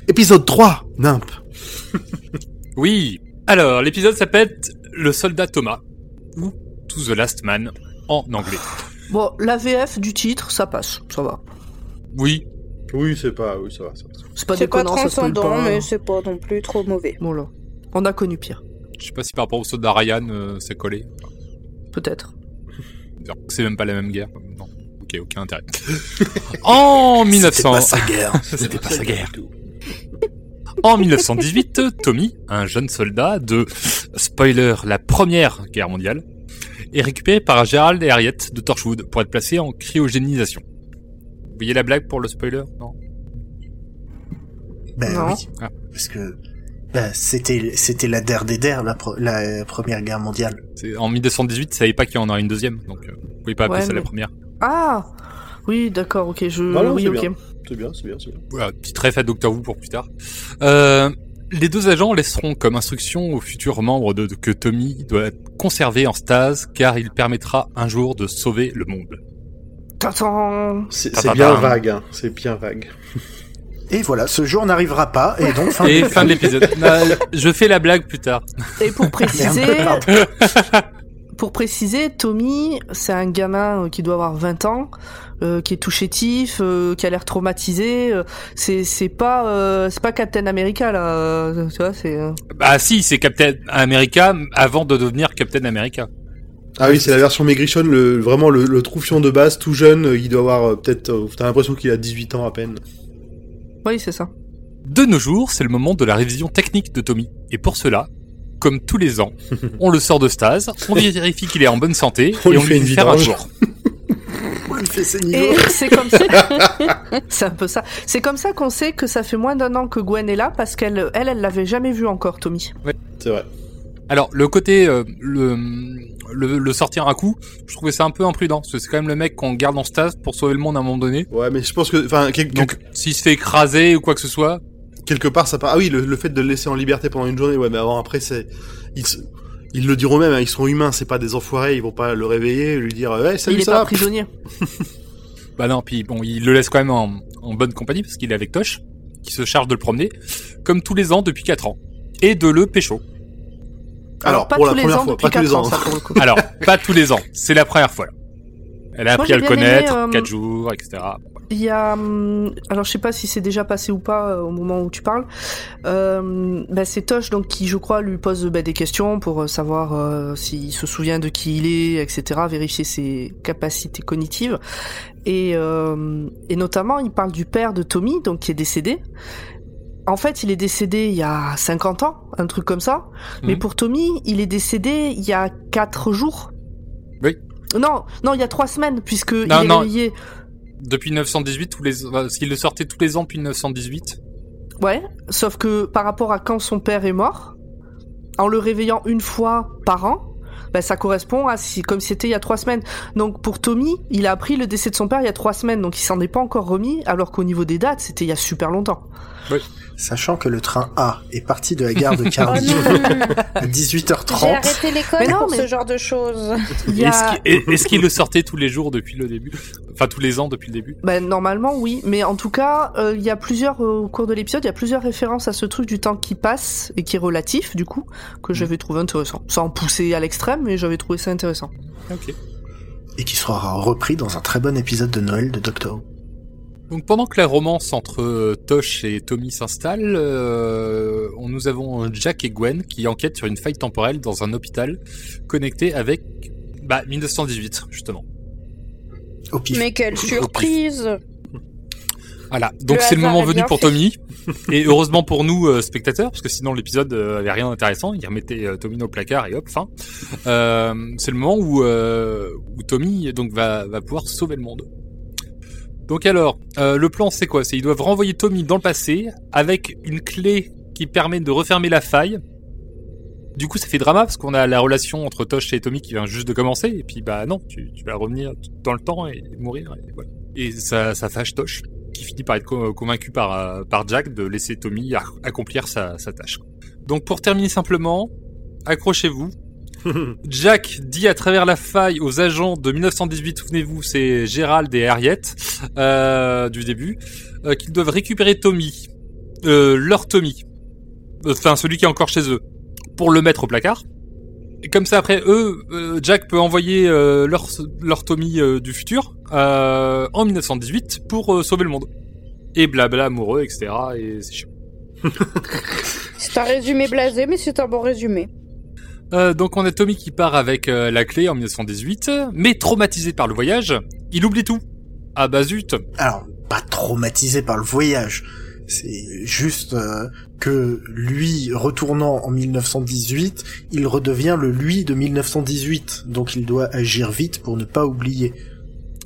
Épisode 3, Nimp.
Oui. Alors, l'épisode s'appelle Le soldat Thomas ou To the Last Man en anglais.
Bon, la VF du titre, ça passe, ça va.
Oui,
Oui, c'est pas. Oui, ça va. Ça va.
C'est pas
C'est pas
déconnant, ça se colle
transcendant,
pas.
mais c'est pas non plus trop mauvais.
Bon là, on a connu pire,
je sais pas si par rapport au saut d'Ariane, euh, c'est collé.
peut-être.
C'est-à-dire que C'est même pas la même guerre. Non. Ok, aucun intérêt. en 1900.
guerre.
C'était pas sa guerre. En 1918, Tommy, un jeune soldat de, spoiler, la première guerre mondiale, est récupéré par Gerald et Harriet de Torchwood pour être placé en cryogénisation. Vous voyez la blague pour le spoiler Non
Ben
Non.
oui.
Ah.
Parce que ben, c'était c'était la der des der, la, pre- la première guerre mondiale.
C'est- En 1918, ça savait pas qu'il y en aurait une deuxième, donc euh, vous pouvez pas appeler
Ouais,
ça la
mais-
première.
Ah Oui, d'accord, ok, je...
Non, non,
oui,
c'est
ok.
bien. C'est bien, c'est bien, c'est bien.
Voilà, petite ref à Doctor Who pour plus tard. Euh, les deux agents laisseront comme instruction aux futurs membres de, de- que Tommy doit conserver en stase car il permettra un jour de sauver le monde.
Tintin.
C'est
Ta,
c'est
ta,
bien
ta.
vague, hein. C'est bien vague.
Et voilà, ce jour n'arrivera pas, et donc fin
Et
de-
fin de l'épisode. Non, je fais la blague plus tard.
Et pour préciser,
Merde.
pour préciser, Tommy, c'est un gamin euh, qui doit avoir 20 ans, euh, qui est tout chétif, euh, qui a l'air traumatisé. euh, C'est c'est pas euh, c'est pas Captain America là, euh, tu vois, c'est euh,
Bah si, c'est Captain America avant de devenir Captain America.
Ah oui, c'est la version maigrichonne, le, vraiment le, le troufion de base, tout jeune, euh, il doit avoir euh, peut-être. euh, T'as l'impression qu'il a 18 ans à peine.
oui c'est ça.
De nos jours, c'est le moment de la révision technique de Tommy. Et pour cela, comme tous les ans, on le sort de stase, on vérifie qu'il est en bonne santé
On
et
lui
on
fait
lui
une
fait faire un
vidange.
jour.
Pourquoi il fait ses niveaux
Et c'est comme ça, c'est un peu ça. C'est comme ça qu'on sait que ça fait moins d'un an que Gwen est là parce qu'elle elle elle l'avait jamais vu encore Tommy.
C'est vrai.
Alors le côté euh, le, le le sortir un coup, je trouvais ça un peu imprudent. parce que C'est quand même le mec qu'on garde en stase pour sauver le monde à un moment donné.
Ouais, mais je pense que. Enfin, quel- quel-
Donc s'il se fait écraser ou quoi que ce soit,
quelque part, ça part. Ah oui, le, le fait de le laisser en liberté pendant une journée, ouais, mais avant, après, c'est. Ils, se- ils le diront même, hein, ils sont humains, c'est pas des enfoirés, ils vont pas le réveiller, lui dire, ouais, salut,
Il est
ça
pas
va
prisonnier.
bah non. Puis bon, il le laisse quand même en, en bonne compagnie parce qu'il est avec Tosh, qui se charge de le promener, comme tous les ans depuis 4 ans, et de le pécho.
Alors,
pas
pour la
tous les
première
ans
fois,
depuis
pas tous
4
les
ans,
ans.
ça
hein.
pour le coup.
Alors, pas tous les ans, c'est la première fois. Elle a
Moi,
appris
j'ai
à le
bien aimé,
connaître,
euh,
4 jours, etc.
Il y a, hum, alors je sais pas si c'est déjà passé ou pas euh, au moment où tu parles. Euh, bah, c'est Tosh donc qui, je crois, lui pose bah, des questions pour euh, savoir euh, s'il se souvient de qui il est, etc. Vérifier ses capacités cognitives et euh, et notamment il parle du père de Tommy donc qui est décédé. En fait, il est décédé il y a 50 ans, un truc comme ça. Mais
Mhm.
pour Tommy, il est décédé il y a 4 jours.
Oui.
Non, non, il y a 3 semaines puisque il
Non,
est
non.
réveillé.
Depuis 1918, tous les, euh, s'il le sortait tous les ans depuis 1918,
Ouais, sauf que par rapport à quand son père est mort, en le réveillant une fois par an, bah, ça correspond à si, comme c'était il y a trois semaines. Donc pour Tommy, il a appris le décès de son père il y a trois semaines, donc il s'en est pas encore remis, alors qu'au niveau des dates, c'était il y a super longtemps.
Sachant que le train A est parti de la gare de
Oh
Carly
non,
à
j'ai
18h30.
arrêté l'école
Mais non,
pour
mais-
ce genre de choses.
Il y a-
est-ce qu'il- est- est-ce qu'il le sortait tous les jours depuis le début Enfin, tous les ans depuis le début
Ben, normalement, oui. Mais en tout cas, euh, il y a plusieurs, euh, au cours de l'épisode, il y a plusieurs références à ce truc du temps qui passe et qui est relatif, du coup, que j'avais trouvé intéressant. Sans pousser à l'extrême, mais j'avais trouvé ça intéressant.
Ok.
Et qui sera repris dans un très bon épisode de Noël de Doctor Who.
Donc pendant que la romance entre euh, Tosh et Tommy s'installe, euh, on- nous avons euh, Jack et Gwen qui enquêtent sur une faille temporelle dans un hôpital connecté avec bah, 1918 justement.
Au pif.
Mais quelle surprise
Voilà, donc
Le
c'est le
hasard
moment
est
venu
bien
pour
fait.
Tommy. Et heureusement pour nous, euh, spectateurs, parce que sinon l'épisode euh, avait rien d'intéressant. Il remettait euh, Tommy au placard et hop, fin. Euh, c'est le moment où, euh, où Tommy donc, va, va pouvoir sauver le monde. Donc alors, euh, le plan c'est quoi C'est ils doivent renvoyer Tommy dans le passé avec une clé qui permet de refermer la faille. Du coup, ça fait drama parce qu'on a la relation entre Tosh et Tommy qui vient juste de commencer. Et puis bah non, tu, tu vas revenir dans le temps et mourir. Et, voilà. et ça, ça fâche Tosh qui finit par être co- convaincu par, euh, par Jack de laisser Tommy ar- accomplir sa, sa tâche. Donc pour terminer simplement, accrochez-vous. Jack dit à travers la faille aux agents de 1918, souvenez-vous, c'est Gérald et Harriet euh, du début, euh, qu'ils doivent récupérer Tommy, euh, leur Tommy, enfin celui qui est encore chez eux, pour le mettre au placard. comme ça après eux, euh, Jack peut envoyer euh, leur, leur Tommy euh, du futur euh, en 1918 pour euh, sauver le monde. Et blabla amoureux, etc. Et c'est chiant.
C'est un résumé blasé, mais c'est un bon résumé.
Euh, donc on a Tommy qui part avec euh, la clé en 1918, mais traumatisé par le voyage, il oublie tout. Ah bah zut
Alors, pas traumatisé par le voyage. C'est juste euh, que lui, retournant en 1918, il redevient le lui de 1918. Donc il doit agir vite pour ne pas oublier.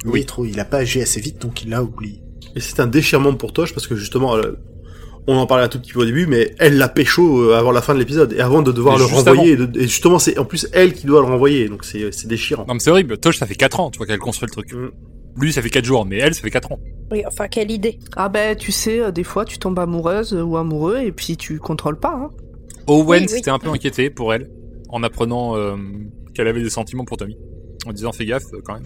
Oui.
Oui, trop. Il a pas agi assez vite, donc il l'a oublié.
Et c'est un déchirement pour Tosh parce que justement, euh, on en parlait un tout petit peu au début, mais elle l'a pécho euh, avant la fin de l'épisode et avant de devoir
Mais
le
juste
renvoyer. Et, de- et justement, c'est en plus elle qui doit le renvoyer, donc c'est c'est déchirant.
Non mais c'est horrible, Tosh ça fait 4 ans, tu vois qu'elle construit le truc.
Mm.
Lui ça fait 4 jours, mais elle ça fait 4 ans.
Oui, enfin, quelle idée.
Ah ben, tu sais, euh, des fois, tu tombes amoureuse euh, ou amoureux et puis tu contrôles pas. Hein.
Owen
Oui, oui.
s'était un peu inquiété pour elle en apprenant euh, qu'elle avait des sentiments pour Tommy. En disant fais gaffe euh, quand même,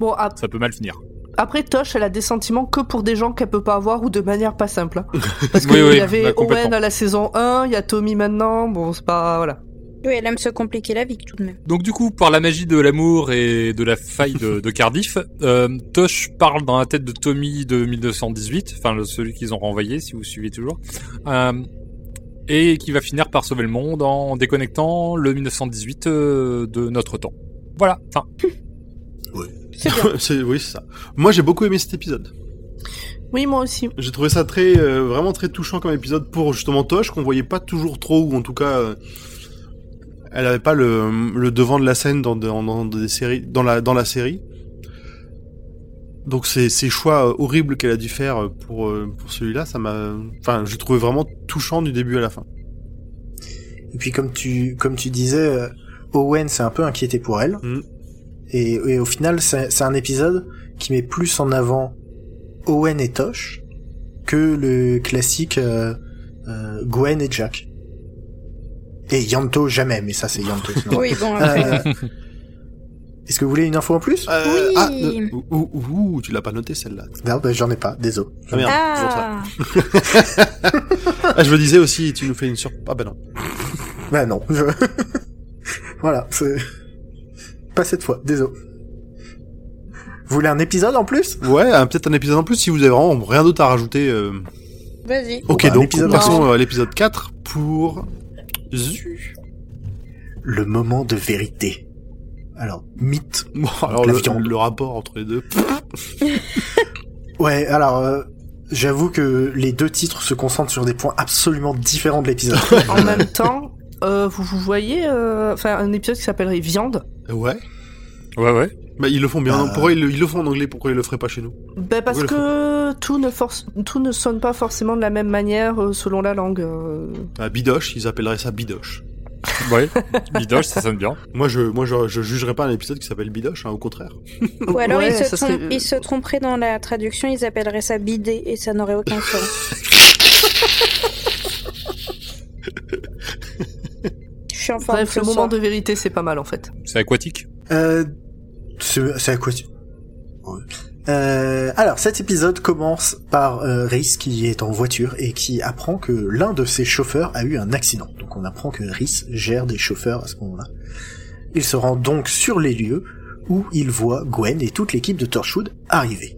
Bon, ap-
ça peut mal finir.
après, Tosh, elle a des sentiments que pour des gens qu'elle peut pas avoir ou de manière pas simple. hein. Parce qu'il
Oui, oui,
y avait
bah, complètement.
Owen à la saison 1, il y a Tommy maintenant, bon, c'est pas... Voilà.
Oui, elle aime se compliquer la vie tout de même.
Donc du coup, par la magie de l'amour et de la faille de, de Cardiff, euh, Tosh parle dans la tête de Tommy de 1918, enfin le- celui qu'ils ont renvoyé, si vous suivez toujours, euh, et qui va finir par sauver le monde en déconnectant le 1918 euh, de notre temps. Voilà, enfin,
C'est bien.
C'est- oui, c'est ça. Moi, j'ai beaucoup aimé cet épisode.
Oui, moi aussi.
J'ai trouvé ça très, euh, vraiment très touchant comme épisode pour justement Tosh, qu'on voyait pas toujours trop, ou en tout cas, euh, elle avait pas le, le devant de la scène dans, dans, dans des séries, dans la, dans la série. Donc ces, ces choix euh, horribles qu'elle a dû faire euh, pour, euh, pour celui-là, ça m'a, enfin, je trouvais vraiment touchant du début à la fin.
Et puis comme tu comme tu disais, euh, Owen s'est un peu inquiété pour elle.
Mhm.
Et, et au final, c'est c'est un épisode qui met plus en avant Owen et Tosh que le classique euh, euh, Gwen et Jack. Et Yanto jamais, mais ça c'est Yanto. c'est normal.
Oui, bon, après.
Euh, Est-ce que vous voulez une info en plus
Euh,
Oui.
ah, euh, ou- ou- ou- ou, tu l'as pas noté celle-là.
Non, bah, j'en ai pas, désolé.
Ah merde, toujours ça.
Ah,
Ah, je me disais aussi, tu nous fais une surprise. Ah ben non.
Bah non. je- voilà, c'est... Pas cette fois, désolé. Vous voulez un épisode en plus
Ouais, euh, peut-être un épisode en plus si vous avez vraiment rien d'autre à rajouter. euh,
vas-y.
Ok,
bah, un
donc
épisode
passons à l'épisode 4 pour... Zu.
Le moment de vérité. Alors, mythe.
Bon, alors
la
le,
viande.
le rapport entre les deux.
Ouais, alors, euh, j'avoue que les deux titres se concentrent sur des points absolument différents de l'épisode.
En même temps, euh, vous, vous voyez euh, enfin, un épisode qui s'appellerait Viande
Ouais.
ouais ouais.
Bah, ils le font bien.
Euh.
Pourquoi ils le, ils le font en anglais Pourquoi ils le feraient pas chez nous
ben parce
Oui, le
que tout ne, force- tout ne sonne pas forcément de la même manière euh, selon la langue. euh.
Ah, Bidoche, ils appelleraient ça Bidoche.
Ouais, bidoche, ça sonne bien.
Moi, je, moi, je, je jugerais pas un épisode qui s'appelle Bidoche, hein, au contraire.
Ou alors
Ouais,
ils, se
ça serait-
trom- ils se tromperaient dans la traduction, ils appelleraient ça bidé et ça n'aurait aucun sens. Je suis en forme
Bref,
ce
le moment
soir.
de vérité, c'est pas mal en fait.
C'est aquatique.
Euh, c'est c'est à quoi tu- Ouais. Euh, alors cet épisode commence par euh, Rhys qui est en voiture et qui apprend que l'un de ses chauffeurs a eu un accident. Donc on apprend que Rhys gère des chauffeurs à ce moment-là. Il se rend donc sur les lieux où il voit Gwen et toute l'équipe de Torchwood arriver.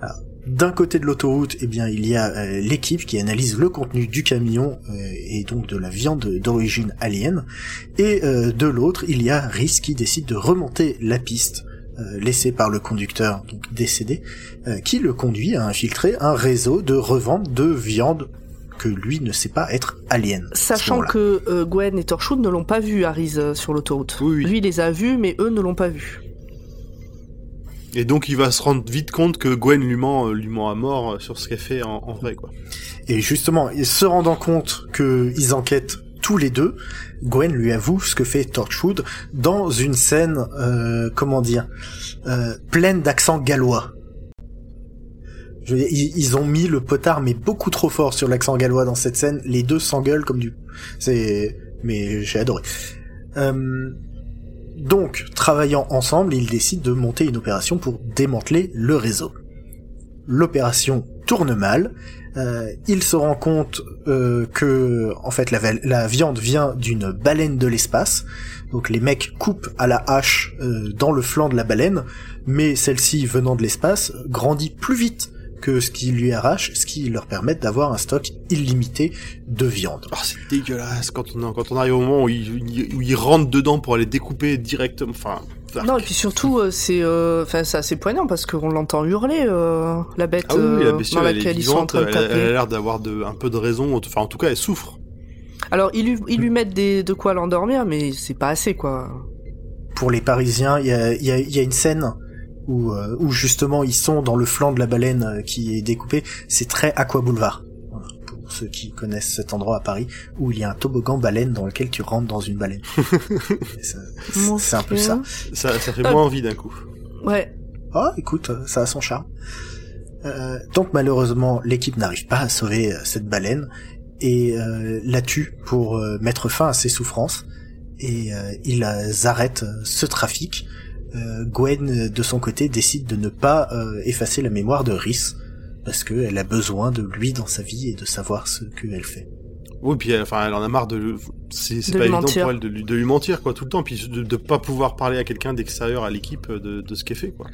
Alors, D'un côté de l'autoroute, eh bien, il y a euh, l'équipe qui analyse le contenu du camion euh, et donc de la viande d'origine alien. Et euh, de l'autre, il y a Rhys qui décide de remonter la piste euh, laissée par le conducteur, donc décédé, euh, qui le conduit à infiltrer un réseau de revente de viande que lui ne sait pas être alien. à ce
Sachant
moment-là.
que euh, Gwen et Torchwood ne l'ont pas vu, Harry's, euh, sur l'autoroute.
Oui, oui.
Lui, il les a vus, mais eux ne l'ont pas vu.
Et donc, il va se rendre vite compte que Gwen lui ment, euh, lui ment à mort euh, sur ce qu'elle fait en, en vrai, quoi.
Et justement, et se rendant compte qu'ils enquêtent tous les deux, Gwen lui avoue ce que fait Torchwood dans une scène, euh, comment dire, euh, pleine d'accent gallois. Je veux dire, ils, ils ont mis le potard mais beaucoup trop fort sur l'accent gallois dans cette scène. Les deux s'engueulent comme du. C'est. Mais j'ai adoré. Euh, Donc, travaillant ensemble, ils décident de monter une opération pour démanteler le réseau. L'opération tourne mal. Euh, il se rend compte euh, que en fait la, val- la viande vient d'une baleine de l'espace, Donc les mecs coupent à la hache euh, dans le flanc de la baleine, mais celle-ci venant de l'espace grandit plus vite que ce qui lui arrache, ce qui leur permet d'avoir un stock illimité de viande.
Oh, c'est dégueulasse quand on, quand on arrive au moment où ils où ils rentrent dedans pour aller découper directement. Enfin,
Non, et puis surtout, euh, c'est euh, enfin, c'est assez poignant parce qu'on l'entend hurler, euh, la bête
ah oui, oui,
euh,
la
dans
bestiole, elle est
laquelle ils sont en
vivante,
train de
elle, a-
taper.
elle a l'air d'avoir de- un peu de raison, enfin en tout cas elle souffre.
Alors, ils lui, ils lui mettent des, de quoi l'endormir, mais c'est pas assez, quoi.
Pour les Parisiens, il y a, il y a- il y a une scène où, euh, où justement ils sont dans le flanc de la baleine euh, qui est découpé. C'est très Aqua Boulevard. Voilà, Pour ceux qui connaissent cet endroit à Paris, où il y a un toboggan baleine dans lequel tu rentres dans une baleine. Et ça- c'est c'est un peu ça.
Ça, ça fait
Ah.
moins envie d'un coup.
Ouais.
Ah, écoute, euh, ça a son charme. Euh, donc malheureusement, l'équipe n'arrive pas à sauver euh, cette baleine et euh, la tue pour euh, mettre fin à ses souffrances. Et euh, ils euh, arrêtent euh, ce trafic. Euh, Gwen, euh, de son côté, décide de ne pas euh, effacer la mémoire de Rhys parce qu'elle a besoin de lui dans sa vie et de savoir ce qu'elle fait.
Oui, puis elle, enfin, elle en a marre de. le- C'est c'est
De
pas
lui
évident
mentir.
pour elle de, lui- de lui mentir quoi tout le temps, puis de, de pas pouvoir parler à quelqu'un d'extérieur à l'équipe euh, de, de ce qu'elle fait quoi.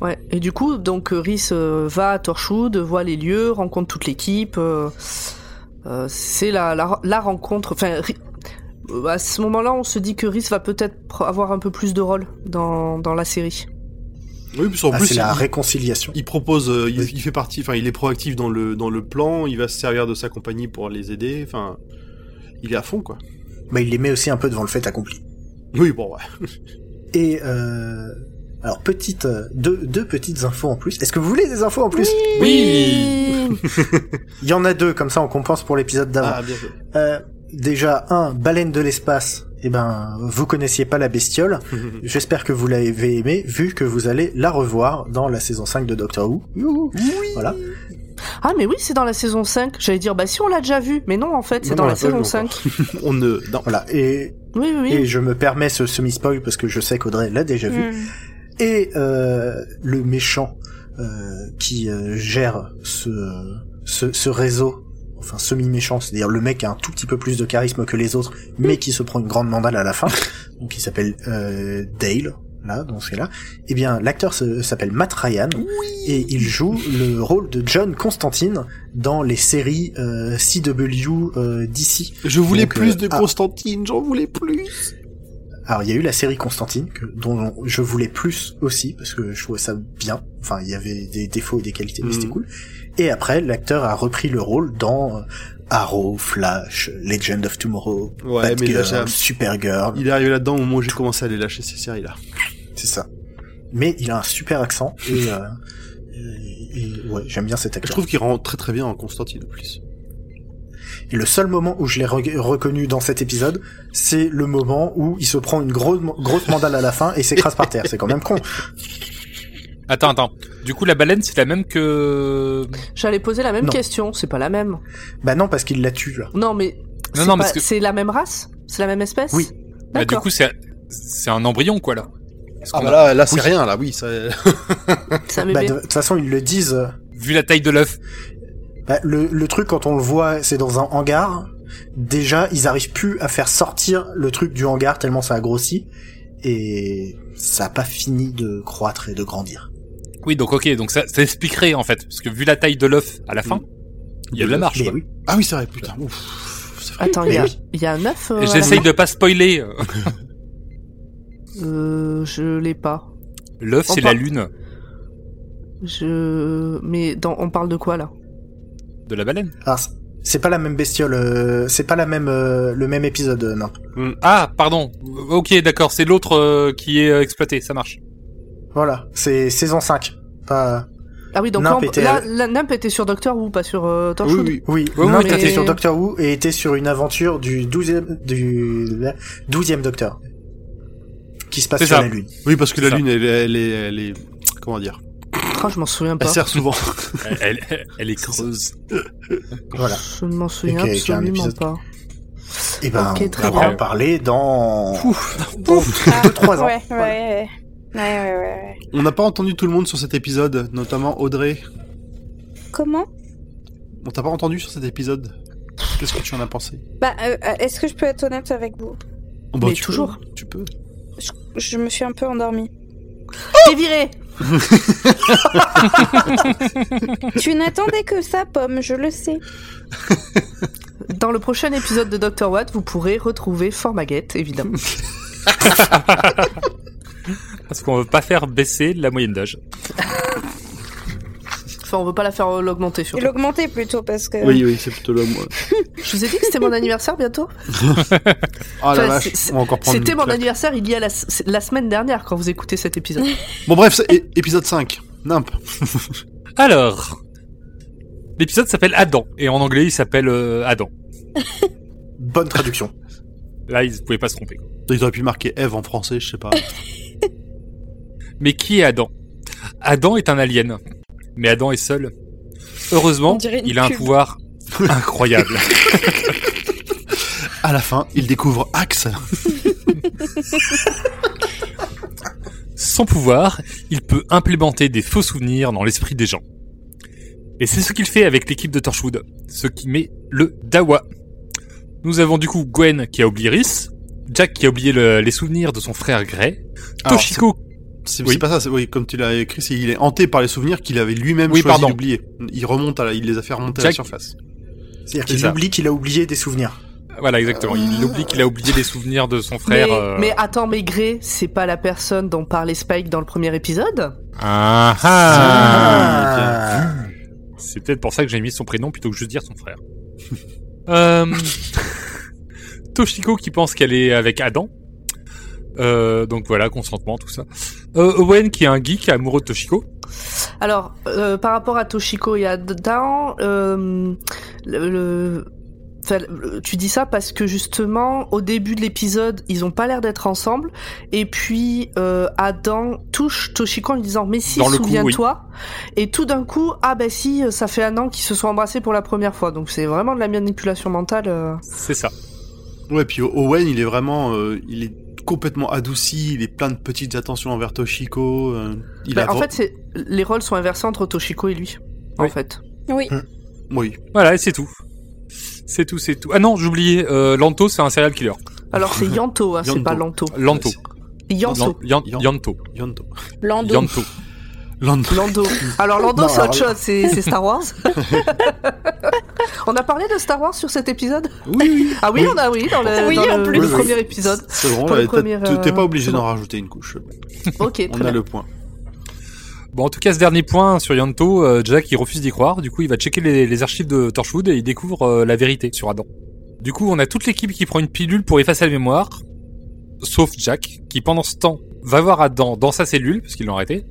Ouais, et du coup, donc euh, Rhys euh, va à Torchwood, voit les lieux, rencontre toute l'équipe. euh, euh, c'est la, la, la rencontre. Enfin, Rhi- euh, à ce moment-là, on se dit que Rhys va peut-être pr- avoir un peu plus de rôle dans, dans la série.
Oui, puis en
Ah,
plus
c'est la
il,
réconciliation.
il propose, euh, il,
Oui.
il fait partie, enfin il est proactif dans le dans le plan, il va se servir de sa compagnie pour les aider, enfin il est à fond quoi.
Mais Bah, il les met aussi un peu devant le fait accompli.
Oui bon ouais.
Et euh, alors petite euh, deux, deux petites infos en plus. Est-ce que vous voulez des infos en plus
Oui.
Il y en a deux comme ça on compense pour l'épisode d'avant.
Ah bien sûr.
Euh, déjà un baleine de l'espace. Eh ben vous connaissiez pas la bestiole. J'espère que vous l'avez aimé vu que vous allez la revoir dans la saison 5 de Doctor Who. Youhou. Voilà.
Ah, mais oui, c'est dans la saison 5. J'allais dire, bah si, on l'a déjà vu. Mais non, en fait, c'est
Non,
dans
non,
la
on l'a pas
saison
vu
5.
On ne. non.
Voilà et
Oui, oui,
et
oui.
je me permets ce semi spoil parce que je sais qu'Audrey l'a déjà vu.
Hmm.
et euh, le méchant euh, qui euh, gère ce, ce, ce réseau, enfin semi-méchant, c'est-à-dire le mec qui a un tout petit peu plus de charisme que les autres, mais qui se prend une grande mandale à la fin, donc il s'appelle euh, Dale, là, dans ce cas-là, eh bien l'acteur se- s'appelle Matt Ryan, et il joue le rôle de John Constantine dans les séries euh, CW euh, DC.
Je voulais
Donc,
plus
euh,
de
ah.
Constantine, j'en voulais plus.
Alors il y a eu la série Constantine que, dont je voulais plus aussi parce que je trouvais ça bien. Enfin il y avait des défauts et des qualités mais
Mhm.
c'était cool. Et après l'acteur a repris le rôle dans euh, Arrow, Flash, Legend of Tomorrow,
Ouais, mais là,
Batgirl,
j'ai-
Supergirl,
il est arrivé là-dedans au moment où j'ai commencé à les lâcher ces séries là.
c'est ça. Mais il a un super accent et, euh, et- et- ouais j'aime bien cet
Je
acteur.
trouve qu'il rend très très bien en Constantine en plus.
Et le seul moment où je l'ai re- reconnu dans cet épisode, c'est le moment où il se prend une grosse grosse mandale à la fin et s'écrase par terre. C'est quand même con.
Attends, attends. Du coup, la baleine, c'est la même que.
J'allais poser la même
Non.
question. C'est pas la même.
Bah non parce qu'il la tue là.
Non, mais. c'est
non,
pas-
parce que-
C'est la même race C'est la même espèce
Oui.
Bah,
D'accord.
du
Ah, bah
coup, c'est c'est un embryon, quoi, là. Parce qu'on a-
Ah bah là, là c'est rien là, oui. Ça...
C'est un
Bah,
bébé.
de toute façon ils le disent. euh,
Vu la taille de l'œuf.
Bah, le, le truc, quand on le voit, c'est dans un hangar. Déjà, ils arrivent plus à faire sortir le truc du hangar tellement ça a grossi. Et ça a pas fini de croître et de grandir.
Oui, donc ok, donc ça, ça expliquerait en fait, parce que vu la taille de l'œuf à la fin, il y a de la marche.
Mais
quoi.
oui.
Ah oui, c'est vrai, putain. Ouf. C'est vrai.
Attends, il y a, il y a un œuf euh, à la
J'essaye de pas spoiler.
Euh, je l'ai pas.
L'œuf,
On
c'est la
parle-
lune
Je. Mais dans... on parle de quoi là
de la baleine.
Alors, c'est- c'est pas la même bestiole, euh, c'est pas la même, euh, le même épisode, euh, non.
Ah, pardon. Ok, d'accord, c'est l'autre euh, qui est euh, exploité, ça marche.
Voilà, c'est saison 5. Pas...
Ah oui, donc
Nimp
là, on-
était-
là, la Nimp était sur Doctor Who, pas sur euh,
Oui,
Torchwood.
oui.
Oui,
Ouais,
non,
ouais,
t'étais
mais-
sur Doctor Who et était sur une aventure du 12e, du 12e Docteur. Qui se passe
C'est
sur
ça.
la Lune.
Oui, parce que la
Ça.
lune, elle, est- elle est, elle est, comment dire,
Ah, je m'en souviens
elle
pas.
sert souvent.
Elle, elle- elle est creuse.
Voilà.
Je ne m'en souviens
qu'il y a- qu'il y a un
absolument
épisode-
pas.
Et ben,
Ok,
on
très
va en
bien.
parler dans...
Ah,
Deux, trois ans.
Ouais, ouais, ouais. Ouais, ouais, ouais, ouais.
On n'a pas entendu tout le monde sur cet épisode, notamment Audrey.
Comment
On t'a pas entendu sur cet épisode Qu'est-ce que tu en as pensé
Bah, euh, euh, est-ce que je peux être honnête avec vous
Oh, bah,
Mais
tu peux,
toujours.
tu peux.
Je me suis un peu endormie.
T'es viré
tu n'attendais que ça, Pomme, je le sais.
Dans le prochain épisode de Dr. Watt, vous pourrez retrouver Formaguette, évidemment.
Parce qu'on veut pas faire baisser la moyenne d'âge.
Enfin, on veut pas la faire euh, l'augmenter,
Et
surtout.
l'augmenter plutôt, parce que...
Oui, oui, c'est plutôt là, moi.
Je vous ai dit que c'était mon anniversaire bientôt
Ah la
Enfin,
vache,
c'est- c'est-
on va encore prendre une
C'était mon
claque.
anniversaire il y a la, c'est la semaine dernière quand vous écoutez cet épisode.
Bon, bref, c'est é- épisode 5. Nimp.
Alors, l'épisode s'appelle Adam. Et en anglais, il s'appelle euh, Adam.
Bonne traduction.
Là, ils pouvaient pas se tromper. quoi.
Ils auraient pu marquer Eve en français, je sais pas.
Mais qui est Adam Adam est un alien. Mais Adam est seul.
On
Heureusement,
dirait une
il a un
pub.
pouvoir incroyable.
À la fin, il découvre Axe.
Sans pouvoir, il peut implémenter des faux souvenirs dans l'esprit des gens. Et c'est ce qu'il fait avec l'équipe de Torchwood, ce qui met le dawa. Nous avons du coup Gwen qui a oublié Rhys, Jack qui a oublié le- les souvenirs de son frère Grey,
Alors,
Toshiko
C'est
Oui.
c'est pas ça, c'est- oui, comme tu l'as écrit, c'est il est hanté par les souvenirs qu'il avait lui-même
Oui,
choisi
pardon.
d'oublier. Il remonte à la- il les a fait remonter à la
Jack-
surface.
C'est-à-dire
C'est
qu'il
ça.
oublie qu'il a oublié des souvenirs.
Voilà, exactement. Il oublie qu'il a oublié les souvenirs de son frère.
mais,
euh,
mais attends, mais Grey, c'est pas la personne dont parlait Spike dans le premier épisode
Ah, ah.
Ah.
C'est peut-être pour ça que j'ai mis son prénom plutôt que juste dire son frère. Euh, Toshiko qui pense qu'elle est avec Adam. Euh, donc voilà, consentement, tout ça. Euh, Owen qui est un geek amoureux de Toshiko.
Alors, euh, par rapport à Toshiko et à Dan, euh, le- le- enfin, le- tu dis ça parce que justement, au début de l'épisode, ils ont pas l'air d'être ensemble. Et puis, euh, Adam touche Toshiko en lui disant Mais si,
Dans le coup,
souviens-toi. Et tout d'un coup, ah bah si, ça fait un an qu'ils se sont embrassés pour la première fois. Donc c'est vraiment de la manipulation mentale. euh.
C'est ça.
Ouais, puis Owen, il est vraiment, euh, il est complètement adouci, il est plein de petites attentions envers Toshiko. euh, il
Bah,
a
en
vra-
fait, c'est- les rôles sont inversés entre Toshiko et lui. En
Oui.
fait.
Oui.
oui.
Voilà, et c'est tout. C'est tout, c'est tout. Ah non, j'oubliais. Euh, Lanto, c'est un serial killer.
Alors c'est Yanto, hein, c'est
Yanto.
pas Lanto.
Lanto.
Yanto.
Lan- Yan-
Yan-
Yanto.
Yanto.
Lando.
Yanto.
Lando.
Lando. Alors Lando,
Non,
c'est autre
alors-
chose, c'est c'est Star Wars. on a parlé de Star Wars sur cet épisode
Oui, oui.
Ah oui, on a oui dans le,
Oui,
dans
en
le-
plus.
le
Oui, oui.
premier épisode.
C'est bon,
Pour
là,
le
t'as-
premier,
t'es- t'es pas
euh,
obligé
c'est
d'en
bon.
rajouter une couche.
Ok, très
On a
bien.
le point.
Bon, en tout cas, ce dernier point sur Yanto, euh, Jack, il refuse d'y croire. Du coup, il va checker les, les archives de Torchwood et il découvre euh, la vérité sur Adam. Du coup, on a toute l'équipe qui prend une pilule pour effacer la mémoire, sauf Jack, qui pendant ce temps va voir Adam dans sa cellule, parce qu'ils l'ont arrêté,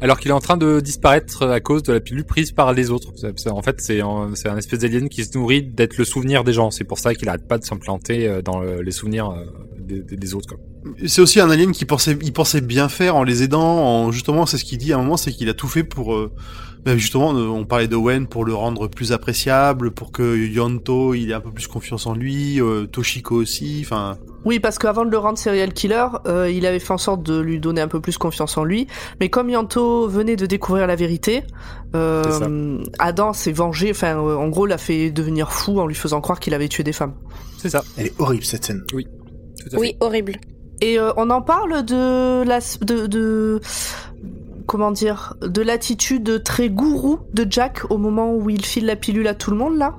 alors qu'il est en train de disparaître à cause de la pilule prise par les autres. C'est- c'est- En fait, c'est un, c'est un espèce d'alien qui se nourrit d'être le souvenir des gens. C'est pour ça qu'il arrête pas de s'implanter euh, dans le- les souvenirs euh, des, des- des autres. quoi.
C'est aussi un alien qui pensait, il pensait bien faire en les aidant, en justement, c'est ce qu'il dit à un moment, c'est qu'il a tout fait pour, euh, ben, justement, euh, on parlait d'Owen pour le rendre plus appréciable, pour que Yanto, il ait un peu plus confiance en lui, euh, Toshiko aussi, enfin,
Oui, parce qu'avant de le rendre serial killer, euh, il avait fait en sorte de lui donner un peu plus confiance en lui. Mais comme Yanto venait de découvrir la vérité, euh,
C'est ça.
Adam s'est vengé. Enfin, euh, en gros, l'a fait devenir fou en lui faisant croire qu'il avait tué des femmes.
C'est ça,
Elle est horrible cette scène.
tout à fait.
Oui, horrible.
Et euh, on en parle de la de, de comment dire de l'attitude très gourou de Jack au moment où il file la pilule à tout le monde là,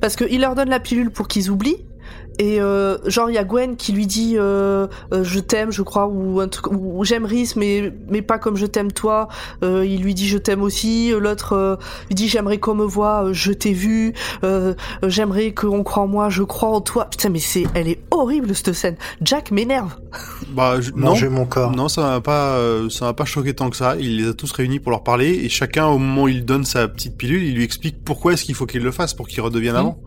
parce que il leur donne la pilule pour qu'ils oublient. Et euh, genre il y a Gwen qui lui dit euh, euh, je t'aime je crois ou un truc ou ou j'aime Rhys mais mais pas comme je t'aime toi Euh, il lui dit je t'aime aussi Euh, l'autre euh, lui dit j'aimerais qu'on me voit euh, je t'ai vu Euh, euh, j'aimerais qu'on croit en moi je crois en toi putain mais c'est elle est horrible cette scène Jack m'énerve.
bah, je- non.
Manger mon corps.
Non, ça m'a pas, euh, ça m'a pas choqué tant que ça. Il les a tous réunis pour leur parler et chacun, au moment où il donne sa petite pilule, il lui explique pourquoi est-ce qu'il faut qu'il le fasse pour qu'il redevienne avant.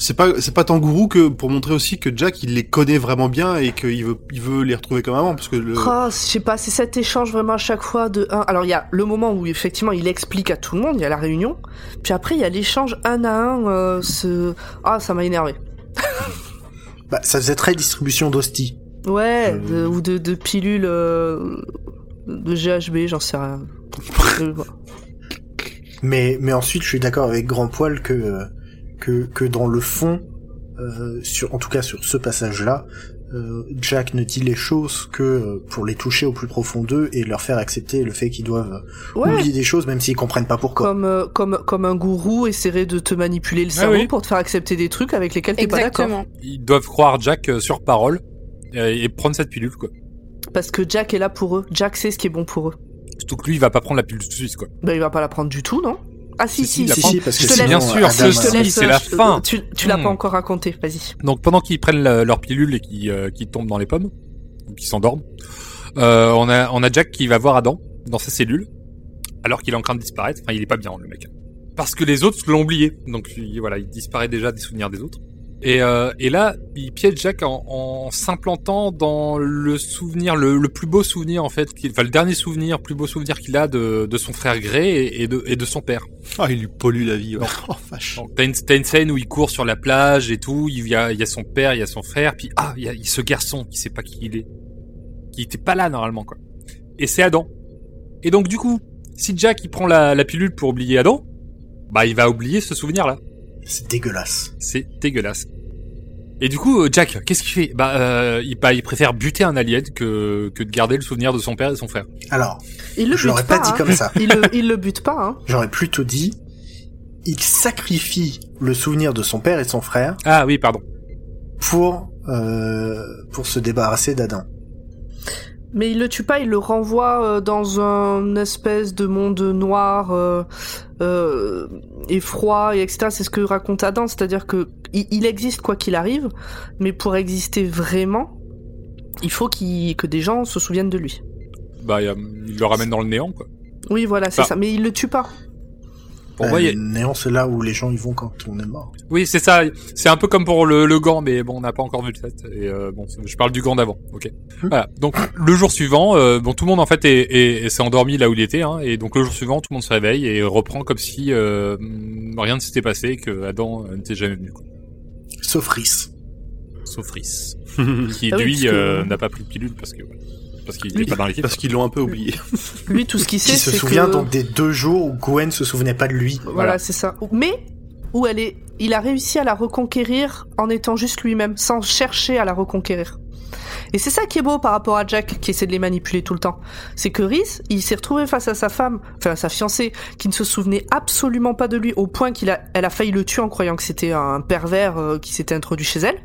C'est pas, c'est pas tant gourou que pour montrer aussi que Jack, il les connaît vraiment bien et qu'il veut, il veut les retrouver comme avant parce que le,
Oh, je sais pas, c'est cet échange vraiment à chaque fois de un. Alors il y a le moment où effectivement il explique à tout le monde, il y a la réunion, puis après il y a l'échange un à un. euh, ce ah ça m'a énervé.
Bah, ça faisait très distribution d'hostie.
Ouais,
Euh.
de- ou de, de pilules euh, de GHB, j'en sais rien. Euh, bon.
Mais, mais ensuite, je suis d'accord avec Grand Poil que, euh, que, que dans le fond, euh, sur, en tout cas sur ce passage-là, euh, Jack ne dit les choses que euh, pour les toucher au plus profond d'eux et leur faire accepter le fait qu'ils doivent euh,
Ouais,
oublier des choses même s'ils comprennent pas pourquoi.
comme, euh, comme, comme un gourou essaierait de te manipuler le cerveau
oui.
pour te faire accepter des trucs avec lesquels t'es pas d'accord.
Exactement.
Ils doivent croire Jack euh, sur parole euh, et prendre cette pilule, quoi.
Parce que Jack est là pour eux. Jack sait ce qui est bon pour eux.
Surtout que lui, il va pas prendre la pilule tout de suite, quoi.
Ben, il va pas la prendre du tout, non Ah si,
Si, si,
si.
il la
Si,
prend-
si, parce
Je
que
te
sinon,
laisse-
bien sûr,
Adam,
ce-
euh,
si, c'est la
je-
fin.
euh, Tu, tu l'as
Hmm.
pas encore raconté, vas-y.
Donc pendant qu'ils prennent le- leur pilule et qu'ils euh, qu'ils tombent dans les pommes, ou qu'ils s'endorment, euh, on, a, on a Jack qui va voir Adam dans sa cellule, alors qu'il est en train de disparaître. Enfin, il est pas bien, le mec. Parce que les autres l'ont oublié. Donc il- voilà, il disparaît déjà des souvenirs des autres. Et, euh, et là, il piège Jack en, en s'implantant dans le souvenir, le, le plus beau souvenir en fait, qu'il- enfin le dernier souvenir, plus beau souvenir qu'il a de, de son frère Gray et, et de, et de son père.
Ah, il lui pollue la vie. ouais.
Non.
Oh vache.
Donc, T'as une, t'as une scène où il court sur la plage et tout, il y a, il y a son père, il y a son frère, puis ah, il y a, il y a ce garçon qui sait pas qui il est, qui était pas là normalement quoi. Et c'est Adam. Et donc du coup, si Jack il prend la, la pilule pour oublier Adam, bah il va oublier ce souvenir là.
C'est dégueulasse.
C'est dégueulasse. Et du coup, euh, Jack, qu'est-ce qu'il fait Bah euh, il, bah, il préfère buter un alien que, que de garder le souvenir de son père et son frère.
Alors,
Il le
je l'aurais
bute
pas
pas.
dit
hein.
comme ça.
Il le, il le bute pas, hein.
J'aurais plutôt dit, il sacrifie le souvenir de son père et de son frère
Ah oui, pardon.
pour euh, pour se débarrasser d'Adam.
Mais il le tue pas, il le renvoie euh, dans un espèce de monde noir euh, euh, et froid et etc. C'est ce que raconte Adam, c'est-à-dire que il, il existe quoi qu'il arrive, mais pour exister vraiment, il faut qu'il- que des gens se souviennent de lui.
Bah il, euh, il le ramène dans le néant quoi.
Oui, voilà, c'est
Ah.
ça. Mais il le tue pas.
Pour
Euh,
moi, il y a-
le néant, c'est là où les gens ils vont quand on est mort.
Oui, c'est ça. C'est un peu comme pour le, le gant, mais bon, on n'a pas encore vu le fait. Et euh, bon, je parle du gant d'avant. Ok.
Hum.
Voilà. Donc le jour suivant, euh, bon, tout le monde en fait est, est- est- s'est endormi là où il était, hein, et donc le jour suivant, tout le monde se réveille et reprend comme si euh, rien ne s'était passé, et que Adam euh, n'était jamais venu, quoi.
Sauf Rhys.
sauf Rhys,
Parce
Ah
qui
oui, parce
lui
que-
euh, n'a pas pris de pilule parce que voilà. parce qu'il
Oui.
n'était pas dans l'équipe.
qu'ils l'ont un peu oublié.
Lui, tout ce qu'il sait,
Qui se
c'est
souvient
que...
donc des deux jours où Gwen se souvenait pas de lui.
Voilà, c'est ça. Mais où elle est, il a réussi à la reconquérir en étant juste lui-même, sans chercher à la reconquérir. Et c'est ça qui est beau par rapport à Jack, qui essaie de les manipuler tout le temps. C'est que Rhys, il s'est retrouvé face à sa femme, enfin à sa fiancée, qui ne se souvenait absolument pas de lui, au point qu'il a, elle a failli le tuer en croyant que c'était un pervers euh, qui s'était introduit chez elle.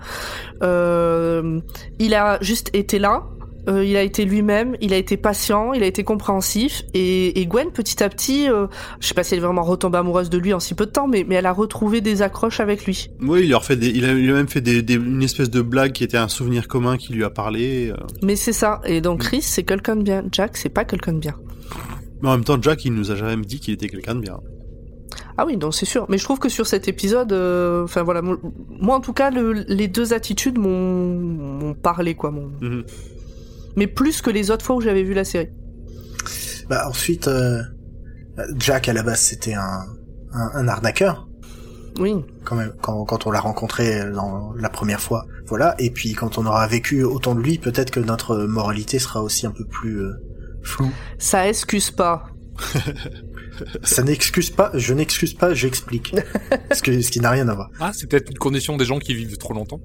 Euh, il a juste été là, euh, il a été lui-même, il a été patient, il a été compréhensif, et, et Gwen, petit à petit, euh, je sais pas si elle est vraiment retombée amoureuse de lui en si peu de temps, mais, mais elle a retrouvé des accroches avec lui.
Oui, il leur fait des, il a, il a même fait des, des- une espèce de blague qui était un souvenir commun qui lui a parlé. euh.
Mais c'est ça. Et
Mm.
donc Chris, c'est quelqu'un de bien. Jack, c'est pas quelqu'un de bien.
Mais en même temps, Jack, il nous a jamais dit qu'il était quelqu'un de bien.
Ah oui, non, c'est sûr. Mais je trouve que sur cet épisode, euh, enfin voilà, mon- moi en tout cas, le- les deux attitudes m'ont m'ont parlé, quoi. m'ont-
Mm-hmm.
Mhm.
Mais plus que les autres fois où j'avais vu la série.
Bah ensuite, euh, Jack à la base c'était un, un, un arnaqueur
Oui.
quand même quand, quand on l'a rencontré dans la première fois. Voilà. Et puis quand on aura vécu autant de lui, peut-être que notre moralité sera aussi un peu plus euh, floue.
Ça excuse pas.
Ça n'excuse pas. Je n'excuse pas. J'explique. ce que ce qui n'a rien à voir.
Ah, c'est peut-être une condition des gens qui vivent trop longtemps.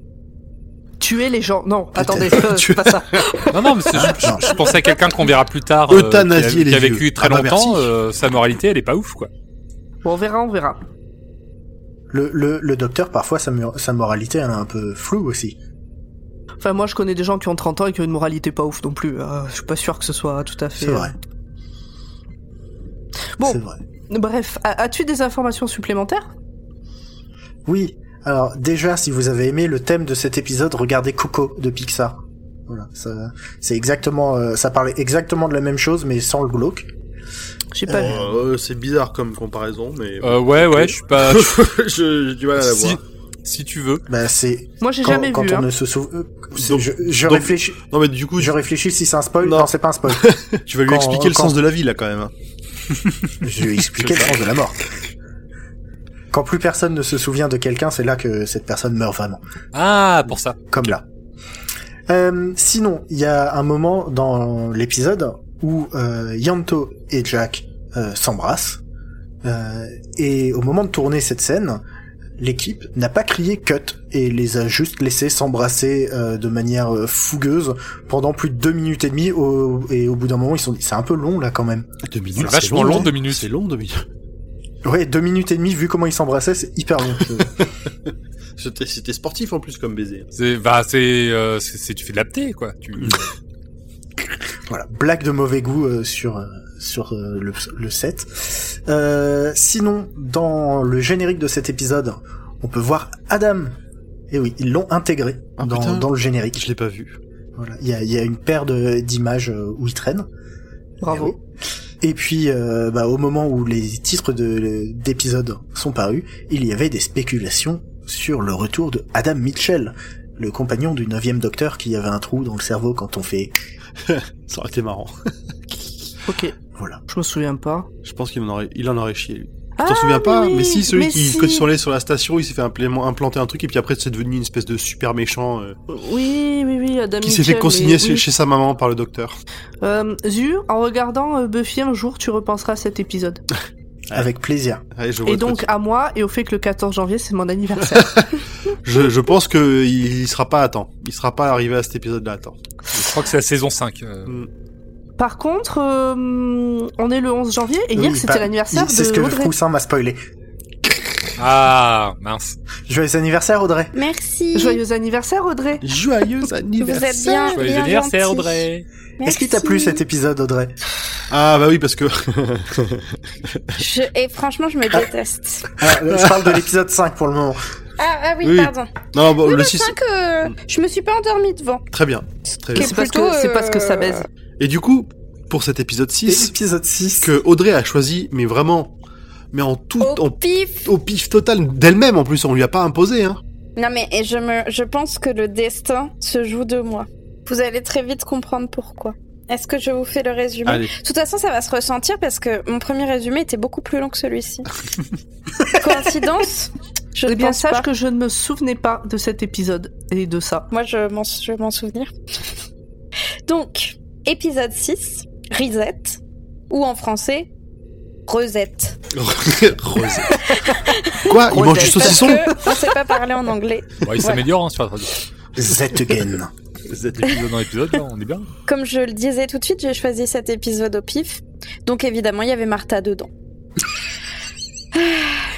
Tuer les gens. Non,
Peut-être.
attendez, euh, c'est pas ça.
Non, non, mais c'est- je,
Non.
je- je pensais à quelqu'un qu'on verra plus tard, qui a,
Euthanasier les
qui a
vieux.
vécu très
Ah bah,
longtemps.
merci.
euh, sa moralité, elle est pas ouf, quoi.
Bon, on verra, on verra.
Le, le, le docteur, parfois, sa, mo- sa moralité, elle est un peu floue aussi.
Enfin, moi, je connais des gens qui ont 30 ans et qui ont une moralité pas ouf non plus. Euh, je suis pas sûr que ce soit tout à fait. euh,
C'est vrai.
Bon.
C'est vrai.
Bref, a- as-tu des informations supplémentaires
Oui. Alors, déjà, si vous avez aimé le thème de cet épisode, regardez Coco de Pixar. Voilà. ça- C'est exactement, euh, ça parlait exactement de la même chose, mais sans le glauque.
J'ai pas vu.
Euh, c'est bizarre comme comparaison, mais
Euh, ouais, ouais, je suis pas. je suis-
Je- j'ai du mal à la
si,
voir.
si tu veux.
Bah, c'est
Moi, j'ai
quand,
jamais
quand
vu.
on
hein.
ne se souvient.
Donc-
Je, je
donc-
réfléchis.
Non, mais du coup,
Je réfléchis si c'est un spoil.
Non.
Non, c'est pas un spoil.
tu vas lui
quand-
expliquer le
quand-
sens de la vie là quand même. hein.
je vais expliquer le sens de la mort. Quand plus personne ne se souvient de quelqu'un, c'est là que cette personne meurt vraiment.
Ah, pour ça.
comme là. Euh, sinon, il y a un moment dans l'épisode où euh, Yanto et Jack euh, s'embrassent. Euh, et au moment de tourner cette scène, l'équipe n'a pas crié cut et les a juste laissés s'embrasser euh, de manière euh, fougueuse pendant plus de deux minutes et demie. Au, et au bout d'un moment, ils se sont dit, c'est un peu long là quand même.
Deux minutes,
C'est vachement long,
hein.
deux minutes.
C'est long, deux minutes.
Ouais, deux minutes et demie, vu comment ils s'embrassaient, c'est hyper long.
C'était c'était sportif en plus comme baiser.
C'est, bah, c'est, euh, c'est, c'est- tu fais de l'apté, quoi. Tu,
Voilà, blague de mauvais goût euh, sur euh, sur euh, le, le set. Euh, sinon, dans le générique de cet épisode, on peut voir Adam. Et oui, ils l'ont intégré
Ah,
dans,
putain.
dans le générique.
Je l'ai pas vu.
Voilà, il y a, il y a une paire de- d'images euh, où il traîne.
Bravo.
Eh Et puis, euh, bah, au moment où les titres de- d'épisodes sont parus, il y avait des spéculations sur le retour de Adam Mitchell, le compagnon du 9 docteur qui avait un trou dans le cerveau quand on fait...
Ça aurait été marrant.
Ok,
Voilà.
je me souviens pas.
Je pense qu'il en aurait, il en aurait chié. Lui.
Ah,
Tu t'en souviens pas Mais si, celui
mais
qui,
si.
quand ils sont allés sur la station, il s'est fait implément- implanter un truc et puis après c'est devenu une espèce de super méchant euh,
Oui, oui, oui, Adam
qui s'est fait
Mitchell,
consigner
mais
chez,
oui.
chez sa maman par le docteur.
Euh, Zu, en regardant euh, Buffy un jour, tu repenseras à cet épisode.
Avec plaisir.
Allez, je vois
Et
ce que
donc à moi et au fait que le 14 janvier c'est mon anniversaire.
tu- je, je pense que il, il sera pas à temps. Il sera pas arrivé à cet épisode-là à temps.
je crois que c'est la saison 5. euh.
Par contre, euh, on est le 11 janvier et hier
Oui,
c'était
bah,
l'anniversaire de
C'est ce que
Audrey.
Froussin m'a spoilé.
Ah, mince.
Joyeux anniversaire, Audrey
Merci.
Joyeux anniversaire Audrey.
Joyeux
Vous êtes bien.
Joyeux
bien
anniversaire,
gentil.
Audrey.
Est-ce qu'il t'a
Merci.
plu cet épisode, Audrey
Ah bah oui parce que
Je- Et franchement, je me déteste.
Alors, là, Je parle de l'épisode 5 pour le moment.
Ah, ah oui,
Oui.
pardon.
non bon,
Oui,
le
le
6
5, euh, je me suis pas endormie devant.
très bien très bien.
Qu'est-ce
C'est parce que
plutôt,
c'est parce que ça
euh,
baise.
Et du coup pour cet épisode 6
Épisode 6.
que Audrey a choisi mais vraiment mais en tout
Oh.
Au
en
pif.
au pif total d'elle-même en plus on lui a pas imposé hein.
Non mais et je me, je pense que le destin se joue de moi. Vous allez très vite comprendre pourquoi. Est-ce que je vous fais le résumé
Allez.
De toute façon, ça va se ressentir parce que mon premier résumé était beaucoup plus long que celui-ci. Coïncidence Je ne
Eh bien
pense
sache
pas.
que je ne me souvenais pas de cet épisode et de ça.
Moi, je m'en, je vais m'en souvenir. Donc, épisode 6, Reset, ou en français, Resette.
Rosé. Quoi Il
Rosé.
mange du
Parce
saucisson
que on sait pas parler en anglais.
Bon, il s'améliore hein, sur la traduction.
Z again.
Cet épisode dans l'épisode, là, on est bien.
Comme je le disais tout de suite, j'ai choisi cet épisode au pif. Donc évidemment, il y avait Martha dedans.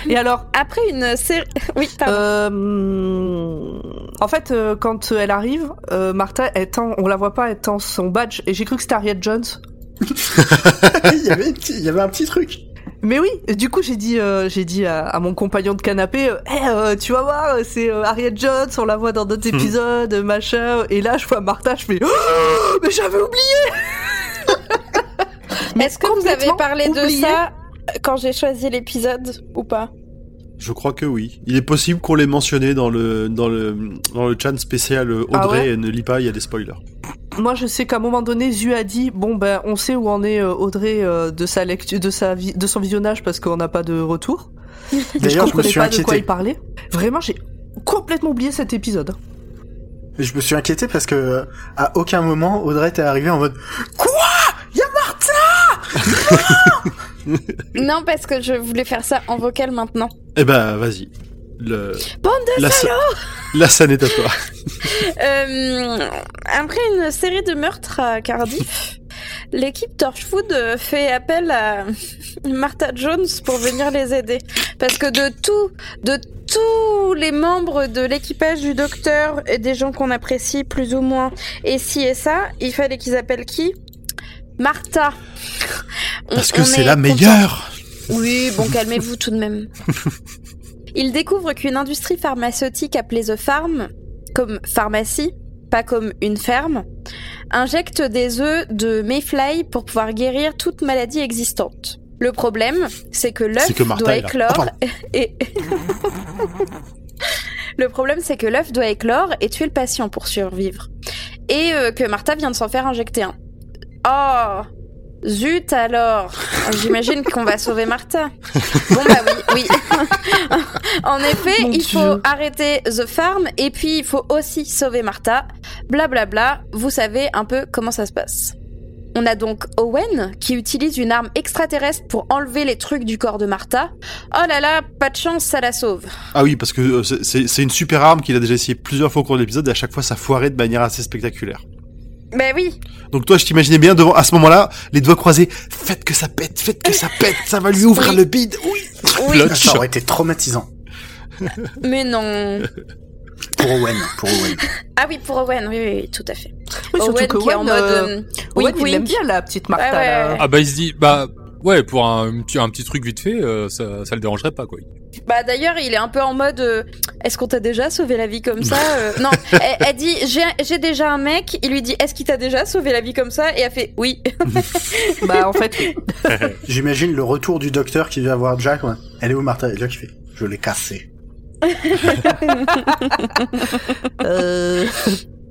Et alors,
Après une série... Oui, pardon.
Euh, en fait, euh, quand elle arrive, euh, Martha, elle tend, on la voit pas, elle tend son badge. Et j'ai cru que c'était Harriet Jones.
il, y avait, une petite- il y avait un petit truc.
Mais oui, et du coup, j'ai dit, euh, j'ai dit à, à mon compagnon de canapé, euh, Eh, euh, tu vas voir, euh, c'est euh, Harriet Jones, on la voit dans d'autres épisodes, euh, machin. Et là, je vois Martha, je fais, Oh, mais j'avais oublié.
Est-ce que vous avez
Euh, complètement
parlé
oublié.
de ça euh, quand j'ai choisi l'épisode ou pas
Je crois que oui. Il est possible qu'on l'ait mentionné dans le dans le dans le chat spécial euh,
Ah
Audrey ne lis pas, il y a des spoilers.
Moi, je sais qu'à un moment donné, Zu a dit, bon ben, on sait où en est euh, Audrey euh, de sa lecture, de sa vie, de son visionnage parce qu'on n'a pas de retour.
D'ailleurs, je me
comprenais
suis
pas de quoi
inquiété.
il parlait. Vraiment, j'ai complètement oublié cet épisode.
Je me suis inquiété parce que euh, à aucun moment Audrey t'est arrivée en mode
Non, parce que je voulais faire ça en vocal maintenant.
Eh ben vas-y. Le
Bande
la, sa- la scène est à toi.
Euh, après une série de meurtres à Cardiff, l'équipe Torchwood euh, fait appel à Martha Jones pour venir les aider. Parce que de tout, de tous les membres de l'équipage du docteur et des gens qu'on apprécie plus ou moins, et si et ça, il fallait qu'ils appellent qui Martha. On-
Parce que
on
c'est
est
la
content.
meilleure.
Oui, bon, calmez-vous tout de même. Il découvre qu'une industrie pharmaceutique appelée The Farm, comme pharmacie, pas comme une ferme, injecte des œufs de Mayfly pour pouvoir guérir toute maladie existante. Le problème, c'est que l'œuf
C'est que Martha
doit
est là.
éclore
Ah, pardon.
et... le problème, c'est que l'œuf doit éclore et tuer le patient pour survivre. Et euh, que Martha vient de s'en faire injecter un. Oh Zut alors J'imagine qu'on va sauver Martha. Bon bah oui, oui. en effet,
Mon
il
Dieu.
faut arrêter The Farm et puis il faut aussi sauver Martha. Blablabla, vous savez un peu comment ça se passe. On a donc Owen qui utilise une arme extraterrestre pour enlever les trucs du corps de Martha. Oh là là, pas de chance, ça la sauve.
Ah oui, parce que euh, c'est- c'est c'est une super arme qu'il a déjà essayé plusieurs fois au cours de l'épisode et à chaque fois ça foirait de manière assez spectaculaire.
Ben oui,
Donc toi, je t'imaginais bien devant, à ce moment-là, les doigts croisés, faites que ça pète, faites que ça pète, ça va lui ouvrir le bide. Oui.
oui,
Plot.
Ça aurait été traumatisant.
mais non.
Pour Owen, pour Owen.
Ah oui, pour Owen, oui, oui, oui, tout à fait.
Oui, surtout
Owen
que
qui est en
Owen,
mode.
euh,
euh,
Owen,
wink,
il aime
wink.
bien la petite Martha.
Ouais, ouais,
là.
ouais.
Ah bah il se dit bah ouais pour un, petit- un petit truc vite fait euh, ça, ça le dérangerait pas quoi.
Bah d'ailleurs, il est un peu en mode euh, est-ce qu'on t'a déjà sauvé la vie comme ça Euh, Non, elle, elle dit j'ai j'ai déjà un mec, il lui dit est-ce qu'il t'a déjà sauvé la vie comme ça et elle fait oui.
Bah en fait, oui.
J'imagine le retour du docteur qui vient voir Jack. ouais. Elle est où Martha Et Jack il fait Je l'ai cassée.
euh,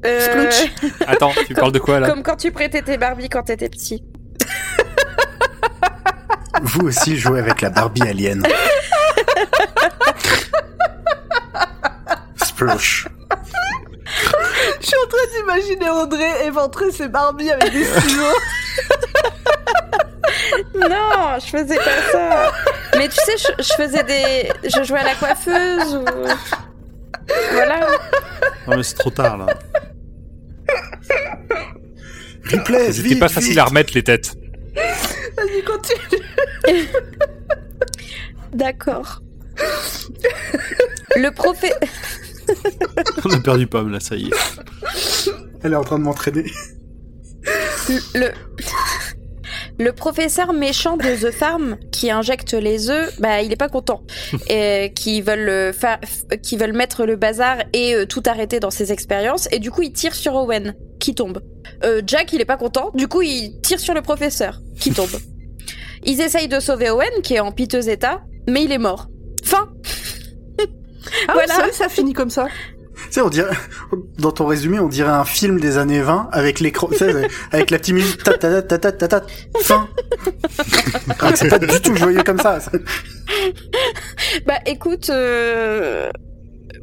Euh,
Splooch.
Attends tu parles de quoi là
comme quand tu prêtais tes Barbie quand t'étais petit.
Vous aussi jouez avec la Barbie alien. Splosh.
je suis en train d'imaginer André éventrer ses Barbies avec des ciseaux.
Non, je faisais pas ça. Mais tu sais, je, je faisais des, je jouais à la coiffeuse ou voilà.
Non mais c'est trop tard là.
Replay,
C'était pas facile à remettre les têtes.
Vas-y, continue.
D'accord. Le prophète.
On a perdu Pomme là, ça y est.
Elle est en train de m'entraîner.
Le... Le professeur méchant de The Farm qui injecte les œufs, bah il est pas content. Et qui veulent euh, fa- f- qui veulent mettre le bazar et euh, tout arrêter dans ses expériences et du coup il tire sur Owen qui tombe. Euh, Jack il est pas content, du coup il tire sur le professeur qui tombe. Ils essayent de sauver Owen qui est en piteux état, mais il est mort. Fin.
Ah,
Voilà.
voilà. ça finit comme ça.
Tu sais, on dirait, dans ton résumé, on dirait un film des années 20 avec l'écran, tu sais, avec la petite musique, ta ta ta ta ta ta, ta, fin. Alors que C'est pas du tout joyeux comme ça.
Bah écoute, euh,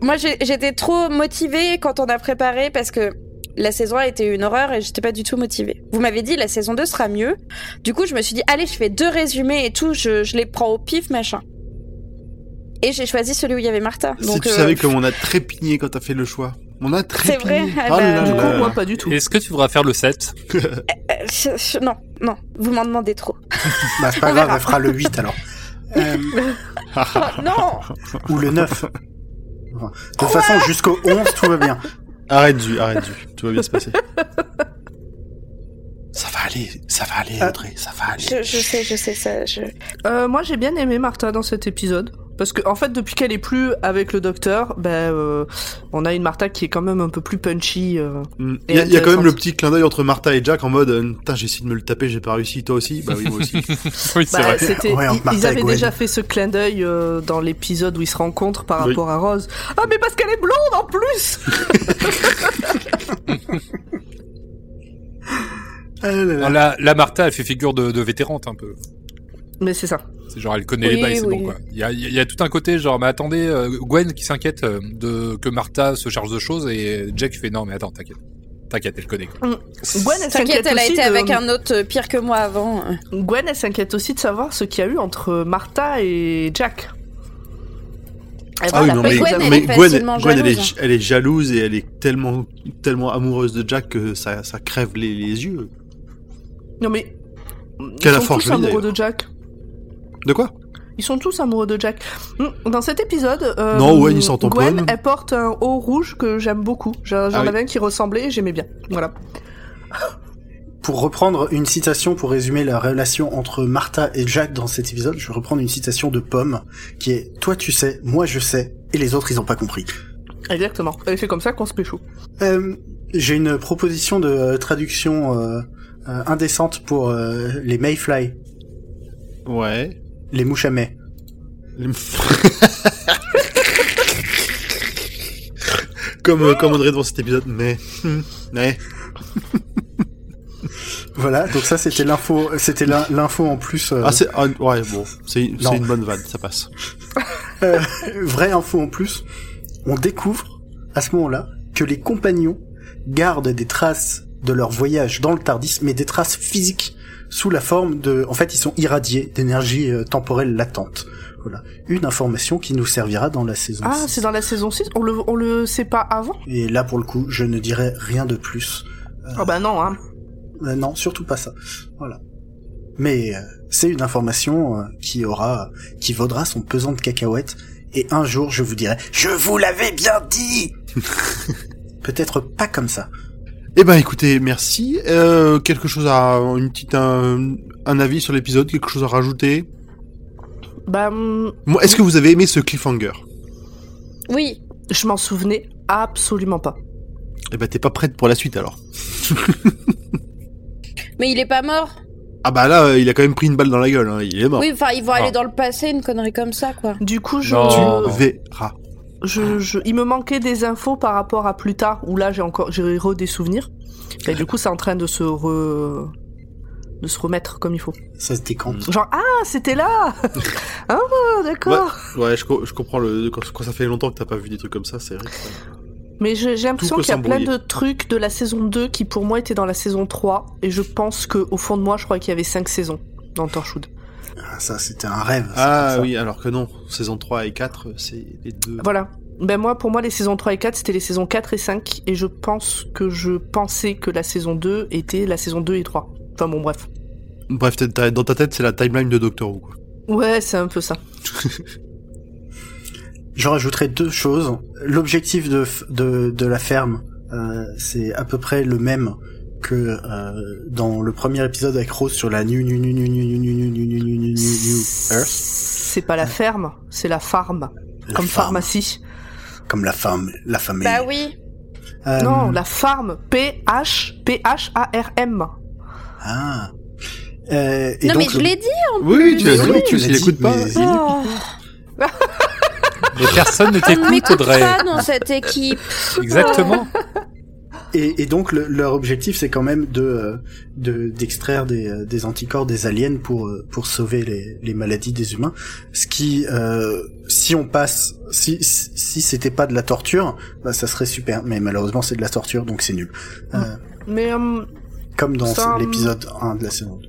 moi j'ai- j'étais trop motivée quand on a préparé parce que la saison 1 était une horreur et j'étais pas du tout motivée. Vous m'avez dit la saison 2 sera mieux. Du coup, je me suis dit, allez, je fais deux résumés et tout, je, je les prends au pif, machin. Et j'ai choisi celui où il y avait Martha.
si
Donc,
tu
euh,
savais comme on a trépigné quand t'as fait le choix. On a
c'est vrai.
trépigné.
à
Oh
la-
là
Du coup,
là.
moi, pas du tout.
Est-ce que tu voudras faire le 7
Euh, je- je- non, non, vous m'en demandez trop.
Bah, c'est pas
On
grave,
verra.
elle fera le 8 alors. Euh,
Oh, non
ou le 9. Enfin, De toute façon, jusqu'au 11, tout va bien.
Arrête du, arrête du. Tout va bien se passer. Ça va aller, ça va aller,
Ah.
Audrey, ça va aller.
je, je sais, je sais ça. Je...
Euh, moi, j'ai bien aimé Martha dans cet épisode. Parce que, en fait, depuis qu'elle est plus avec le docteur, ben, euh, on a une Martha qui est quand même un peu plus punchy. euh.
Mm.
Et
Il y, a- il y a quand même le
intéressante.
petit clin d'œil entre Martha et Jack en mode euh, Putain, j'ai essayé de me le taper, j'ai pas réussi, toi aussi Bah oui, moi aussi.
Oui c'est
Bah,
vrai.
c'était,
Ouais, entre
ils- ils
Martha et
avaient
Gwen.
déjà fait ce clin d'œil euh, dans l'épisode où ils se rencontrent par
Oui.
rapport à Rose. Ah, mais parce qu'elle est blonde en plus
Ah là là.
euh,
Alors, la, la Martha elle fait figure de, de vétérante un peu.
Mais c'est ça.
C'est genre elle connaît
Oui,
les bails c'est
oui.
bon quoi. Il y a, il y a- il y a tout un côté genre mais attendez euh, Gwen qui s'inquiète euh, de que Martha se charge de choses et Jack fait non mais attends t'inquiète t'inquiète elle connaît quoi.
Gwen, elle
T'inquiète,
s'inquiète
elle a
aussi
été
de-
avec un autre euh, pire que moi avant. hein.
Gwen, elle s'inquiète aussi de savoir ce qu'il y a eu entre Martha et Jack. Eh ben, Elle
Ah
va
oui,
la
non,
peine
mais,
que
Gwen,
ça-
elle
mais
est facilement
Gwen, elle,
jalouse. hein.
est, elle est jalouse et elle est tellement, tellement amoureuse de Jack que ça, ça crève les, les yeux.
Non, mais.
Qu'elle a
Ils sont
fort
tous
jolie,
amoureux
d'ailleurs.
de Jack.
De quoi
Ils sont tous amoureux de Jack. Mm, Dans cet épisode, euh,
Non, Owen, il s'en tamponne.
Gwen, elle porte un haut rouge que j'aime beaucoup. J'en j'en
Ah oui.
avais un qui ressemblait et j'aimais bien. Voilà.
Pour reprendre une citation pour résumer la relation entre Martha et Jack dans cet épisode, je vais reprendre une citation de Pomme qui est Toi tu sais, moi je sais, et les autres ils ont pas compris.
Exactement. Et c'est comme ça qu'on se pécho.
Euh, J'ai une proposition de euh, traduction euh, euh, indécente pour euh, les Mayfly,
Ouais.
les mouches à mai.
Les- comme, euh, comme André devant cet épisode, mais. hmm, mais.
Voilà, donc ça c'était l'info, c'était l'in- l'info en plus, euh,
Ah, c'est. ah, ouais, bon, c'est c'est
Non.
une bonne vanne, ça passe.
vraie info en plus. On découvre à ce moment-là que les compagnons gardent des traces de leur voyage dans le Tardis, mais des traces physiques sous la forme de... En fait, ils sont irradiés d'énergie euh, temporelle latente. Voilà. Une information qui nous servira dans la saison
Ah,
6.
c'est dans la saison 6 On le, on le sait pas avant
Et là, pour le coup, je ne dirai rien de plus.
Ah bah non, hein.
Euh, non, surtout pas ça. Voilà. Mais euh, c'est une information euh, qui aura, qui vaudra son pesant de cacahuètes. Et un jour, je vous dirai, je vous l'avais bien dit. Peut-être pas comme ça.
Eh ben, écoutez, merci. Euh, quelque chose à, une petite, un, un avis sur l'épisode, quelque chose à rajouter.
Bah, hum,
Moi, est-ce que vous avez aimé ce cliffhanger
Oui,
je m'en souvenais absolument pas.
Eh ben, t'es pas prête pour la suite alors.
mais il est pas mort.
Ah bah là, euh, il a quand même pris une balle dans la gueule. hein, Il est mort.
Oui, enfin, ils vont
Ah.
aller dans le passé, une connerie comme ça, quoi.
Du coup, je,
Non.
Tu verras.
je, je- il me manquait des infos par rapport à plus tard, où là j'ai encore, j'ai re des souvenirs. Et du coup, c'est en train de se re, de se remettre comme il faut.
Ça se décante.
Genre, ah, c'était là Ah, d'accord
Ouais, je, co- je comprends le, quand, quand ça fait longtemps que t'as pas vu des trucs comme ça, c'est vrai. que ça-
Mais j'ai j'ai l'impression
peut
qu'il y a plein de
s'embrouiller.
trucs de la saison 2 qui pour moi étaient dans la saison 3, et je pense que au fond de moi, je crois qu'il y avait 5 saisons dans Torchwood.
Ah, Ça, c'était un rêve. ça,
Ah
ça.
oui, alors que non, saison 3 et 4, c'est les deux.
Voilà. Ben moi, pour moi, les saisons 3 et 4, c'était les saisons 4 et 5, et je pense que je pensais que la saison 2 était la saison 2 et 3. Enfin bon, bref.
Bref, t'as- t'as- dans ta tête, c'est la timeline de Doctor Who. quoi.
Ouais, c'est un peu ça.
Je rajouterai deux choses. L'objectif de, f- de, de la ferme, euh, c'est à peu près le même que euh, dans le premier épisode avec Rose sur la new new new new new new new new new new new new Earth.
C'est pas la ferme, c'est la farm.
La
comme
farm.
pharmacie.
Comme la femme, la famille.
Bah oui.
Euh,
Non, la farm. P-H, P-H-A-R-M.
Ah. Euh, et
non,
donc,
mais je l'ai dit.
Oui, oui, tu l'as
Oui,
dit, tu
tu l'as
l'écoutes
dit,
pas.
mais-
Oh,
Mais personne ne
on
t'écoute,
m'écoute
Audrey.
pas dans cette équipe.
Exactement.
et, et donc le- leur objectif c'est quand même de euh, de- d'extraire des, euh, des anticorps des aliens pour euh, pour sauver les, les maladies des humains. Ce qui euh, si on passe si si si c'était pas de la torture, bah, ça serait super. Mais malheureusement c'est de la torture donc c'est nul. Euh,
Mais hum,
comme dans
Ça,
ce- l'épisode 1 de la saison. deux.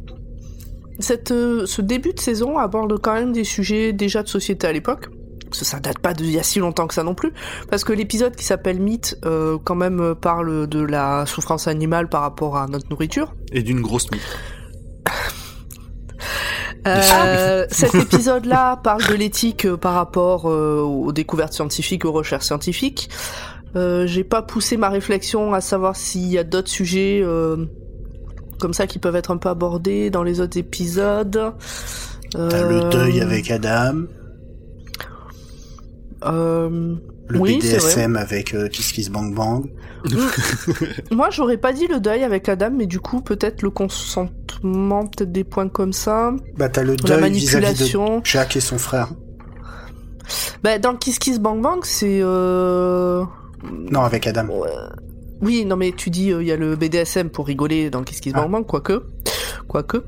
cette, euh, ce début de saison aborde quand même des sujets déjà de société à l'époque. Parce que ça date pas d'il y a si longtemps que ça non plus. Parce que l'épisode qui s'appelle Mythe, euh, quand même, euh, parle de la souffrance animale par rapport à notre nourriture.
Et d'une grosse mythe.
Euh, cet épisode-là parle de l'éthique euh, par rapport euh, aux découvertes scientifiques, aux recherches scientifiques. Euh, J'ai pas poussé ma réflexion à savoir s'il y a d'autres sujets euh, comme ça qui peuvent être un peu abordés dans les autres épisodes.
T'as
Euh,
le deuil avec Adam,
euh,
le
Oui, c'est vrai.
BDSM avec euh, Kiss Kiss Bang Bang.
Moi, j'aurais pas dit le deuil avec Adam, mais du coup, peut-être le consentement, peut-être des points comme ça,
Bah t'as le
la
deuil vis-à-vis de
manipulation.
Jack et son frère.
Bah, dans Kiss Kiss Bang Bang, c'est euh...
Non avec Adam.
Ouais. Oui, non, mais tu dis, euh, il y a le BDSM pour rigoler dans Qu'est-ce qui se
Ah.
manque, quoique. Quoique.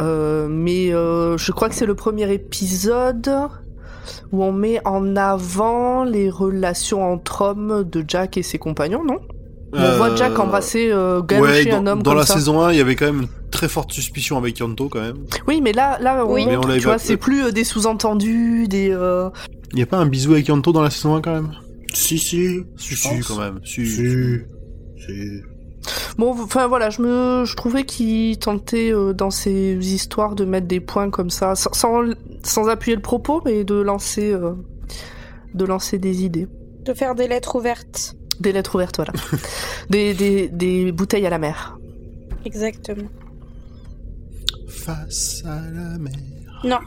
Euh, mais euh, je crois que c'est le premier épisode où on met en avant les relations entre hommes de Jack et ses compagnons, non On voit Jack embrasser, euh, galocher
ouais, dans,
un homme
dans
comme
la
ça.
saison 1, il y avait quand même une très forte suspicion avec Yanto quand même.
Oui, mais là, là, on
Oui.
montre,
Mais on l'avait
tu vois,
pas-
c'est plus euh, des sous-entendus, des. euh,
Il y a pas un bisou avec Yanto dans la saison 1 quand même
Si si.
Si,
je
si,
pense.
quand même. Si.
Si. Si.
Bon, enfin voilà, je me, je trouvais qu'il tentait euh, dans ces histoires de mettre des points comme ça, sans, sans, sans appuyer le propos, mais de lancer, euh, de lancer des idées,
De faire des lettres ouvertes.
des lettres ouvertes, voilà, des, des, des bouteilles à la mer.
Exactement.
Face à la mer.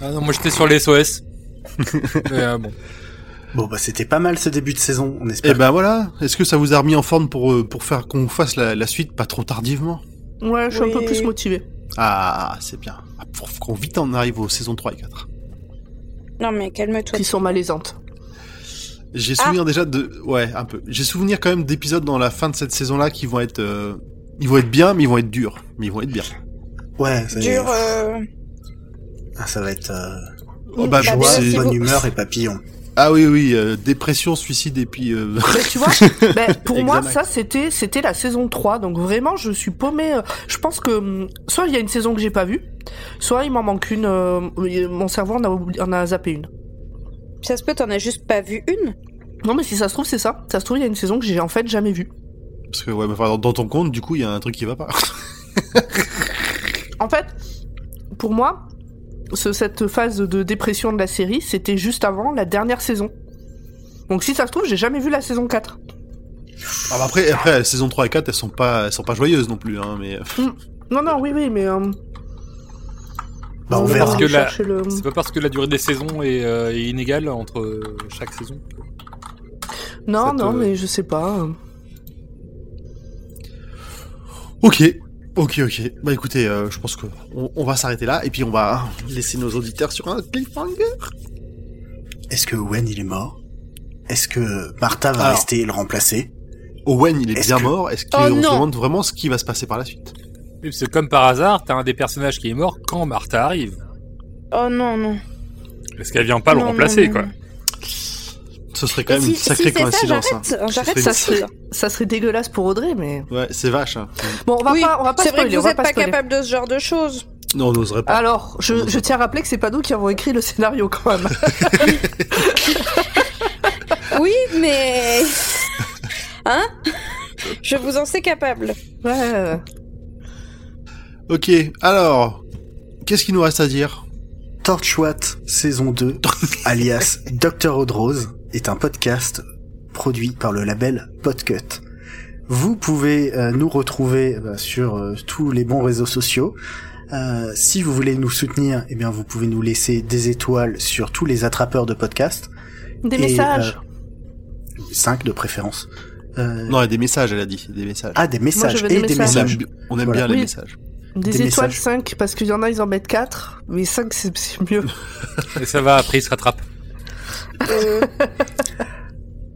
Ah non, moi j'étais sur les SOS. Mais, euh, bon.
Bon bah c'était pas mal ce début de saison, on
Et
espère.
ben voilà, est-ce que ça vous a remis en forme pour, euh, pour faire qu'on fasse la, la suite pas trop tardivement
Ouais, je suis un peu
Oui.
plus motivée.
Ah, c'est bien. Ah, Pour qu'on vite en arrive aux saisons 3 et 4.
Non, mais calme-toi.
Qui sont malaisantes.
J'ai
Ah.
souvenir déjà de... Ouais, un peu. J'ai souvenir quand même d'épisodes dans la fin de cette saison-là qui vont être... euh, Ils vont être bien, mais ils vont être durs. Mais ils vont être bien.
Ouais, ça,
Dur. euh,
ah, ça va être euh,
Oh, bah,
bah,
je-
déjà,
c'est-
si
bonne
vous-
humeur et papillon.
bah, Ah oui, oui, euh, dépression, suicide et puis... euh,
Mais tu vois, ben, pour moi, ça, c'était, c'était la saison 3. Donc vraiment, je suis paumée. euh, Je pense que hum, soit il y a une saison que j'ai pas vue, soit il m'en manque une. euh, oui, mon cerveau en a, oubli- en a zappé une.
Ça se peut, t'en as juste pas vu une.
Non, mais si ça se trouve, c'est ça. Ça se trouve, il y a une saison que j'ai en fait jamais vue.
Parce que ouais, mais enfin, dans- dans ton compte, du coup, il y a un truc qui va pas.
En fait, pour moi, ce- cette phase de dépression de la série, c'était juste avant la dernière saison. Donc si ça se trouve, j'ai jamais vu la saison 4.
Ah bah après, après, la saison 3 et 4, elles sont pas, elles sont pas joyeuses non plus, hein, mais...
Non, non, oui, oui, mais... euh,
Bah, on
va
verra.
aller
Parce que la-
chercher le- hum,
C'est pas parce que la durée des saisons est, euh, est inégale entre euh, chaque saison.
Non,
cette,
non,
euh,
mais je sais pas. euh.
Ok, ok, ok. Bah écoutez, euh, je pense que on, on va s'arrêter là, et puis on va laisser nos auditeurs sur un cliffhanger.
Est-ce que Owen il est mort Est-ce que Martha va
Alors.
rester et le remplacer
Owen, il est,
Est-ce
bien
que-
mort, est-ce qu'on
Oh
se
non
demande vraiment ce qui va se passer par la suite
Oui, parce que comme par hasard, t'as un des personnages qui est mort quand Martha arrive.
Oh non, non.
Parce qu'elle vient pas le
Non,
remplacer,
non,
quoi.
non.
Ce serait quand même
si
une sacrée
si c'est ça,
coïncidence. hein.
j'arrête. J'arrête
Ça
ça.
serait-
Ça serait dégueulasse pour Audrey, mais...
Ouais, c'est vache. Hein.
Bon, on va
oui,
pas, on va pas
c'est vrai
spoiler,
que
on
vous
va
êtes
pas
pas
spoiler.
capable de ce genre de choses.
Non, on n'oserait pas.
Alors, je, je tiens à rappeler que c'est pas nous qui avons écrit le scénario quand même.
Oui, mais. Hein Je vous en sais capable.
Ouais.
Ok, alors, qu'est-ce qu'il nous reste à dire
Torchwatt saison 2, alias Dr. Odrose, est un podcast produit par le label Podcut. Vous pouvez euh, nous retrouver euh, sur euh, tous les bons réseaux sociaux. Euh, si vous voulez nous soutenir, eh bien vous pouvez nous laisser des étoiles sur tous les attrapeurs de podcasts,
Des
Et, euh,
messages.
5 de préférence. Euh,
Non, il y a des messages, elle a dit, des messages.
Ah, des messages
veux
et
des
des
on
messages.
messages.
aime, bi- on aime
Voilà.
bien les
Oui.
messages.
Des,
Des
étoiles
messages.
5, parce qu'il y en a, ils en mettent 4, mais 5, c'est c'est mieux.
Et ça va, après il se rattrape.
Euh,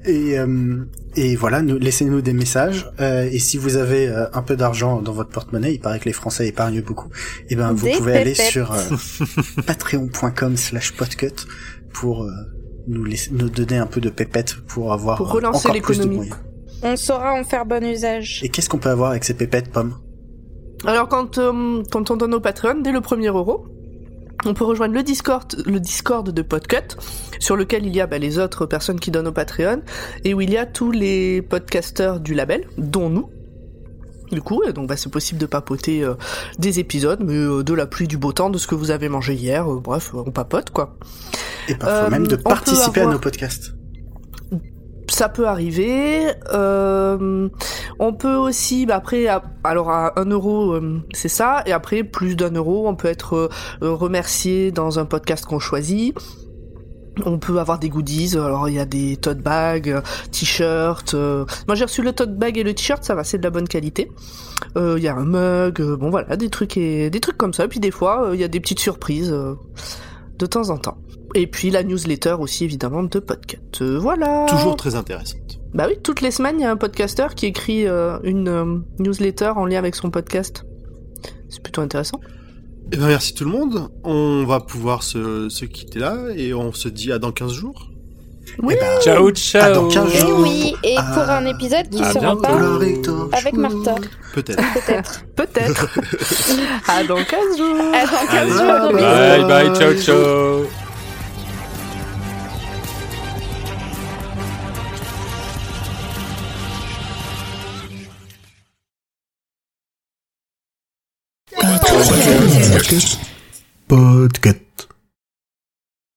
Et, euh, et voilà, nous- laissez-nous des messages. Euh, et si vous avez euh, un peu d'argent dans votre porte-monnaie, il paraît que les Français épargnent beaucoup, et ben vous
Des
pouvez aller
pépettes.
sur euh, patreon.com slash podcut pour euh, nous, laisser, nous donner un peu de pépettes pour avoir
Pour
euh,
relancer
encore plus de
l'économie.
moyens.
on saura en faire bon usage.
Et qu'est-ce qu'on peut avoir avec ces pépettes, Pomme
Alors quand, euh, quand on donne au Patreon, dès le premier euro, on peut rejoindre le Discord, le Discord de Podcut, sur lequel il y a bah, les autres personnes qui donnent au Patreon, et où il y a tous les podcasteurs du label, dont nous. Du coup, et donc bah, c'est possible de papoter euh, des épisodes, mais euh, de la pluie, du beau temps, de ce que vous avez mangé hier, euh, bref, on papote quoi.
Et parfois
Euh,
même de
on peut
participer à
avoir-
nos podcasts.
ça peut arriver. Euh, on peut aussi, bah après, à- alors à 1 euro, euh, c'est ça, et après plus d'un euro, on peut être euh, euh, remercié dans un podcast qu'on choisit. On peut avoir des goodies, alors il y a des tote bags, euh, t-shirts. euh. Moi j'ai reçu le tote bag et le t-shirt, ça va, c'est de la bonne qualité. Euh, Il y a un mug, euh, bon voilà, des trucs et des trucs comme ça. Et puis des fois, euh, il y a des petites surprises euh, de temps en temps. Et puis la newsletter aussi évidemment de podcast. Euh, voilà.
Toujours très intéressante.
Bah oui, toutes les semaines, il y a un podcasteur qui écrit euh, une euh, newsletter en lien avec son podcast. C'est plutôt intéressant.
Eh ben merci tout le monde, on va pouvoir se, se quitter là, et on se dit à dans 15 jours.
Oui.
Eh ben,
Ciao, ciao
Ah,
à dans 15
Et
jours.
oui, et
Ah.
euh,
pour un épisode qui
À
sera
bientôt.
pas
Glory to-
avec Martha,
Peut-être.
peut-être.
Peut-être. à dans 15 jours.
Ah,
À dans 15
Allez.
jours, gros bisous.
Bye, bye, ciao, ciao
Podcut.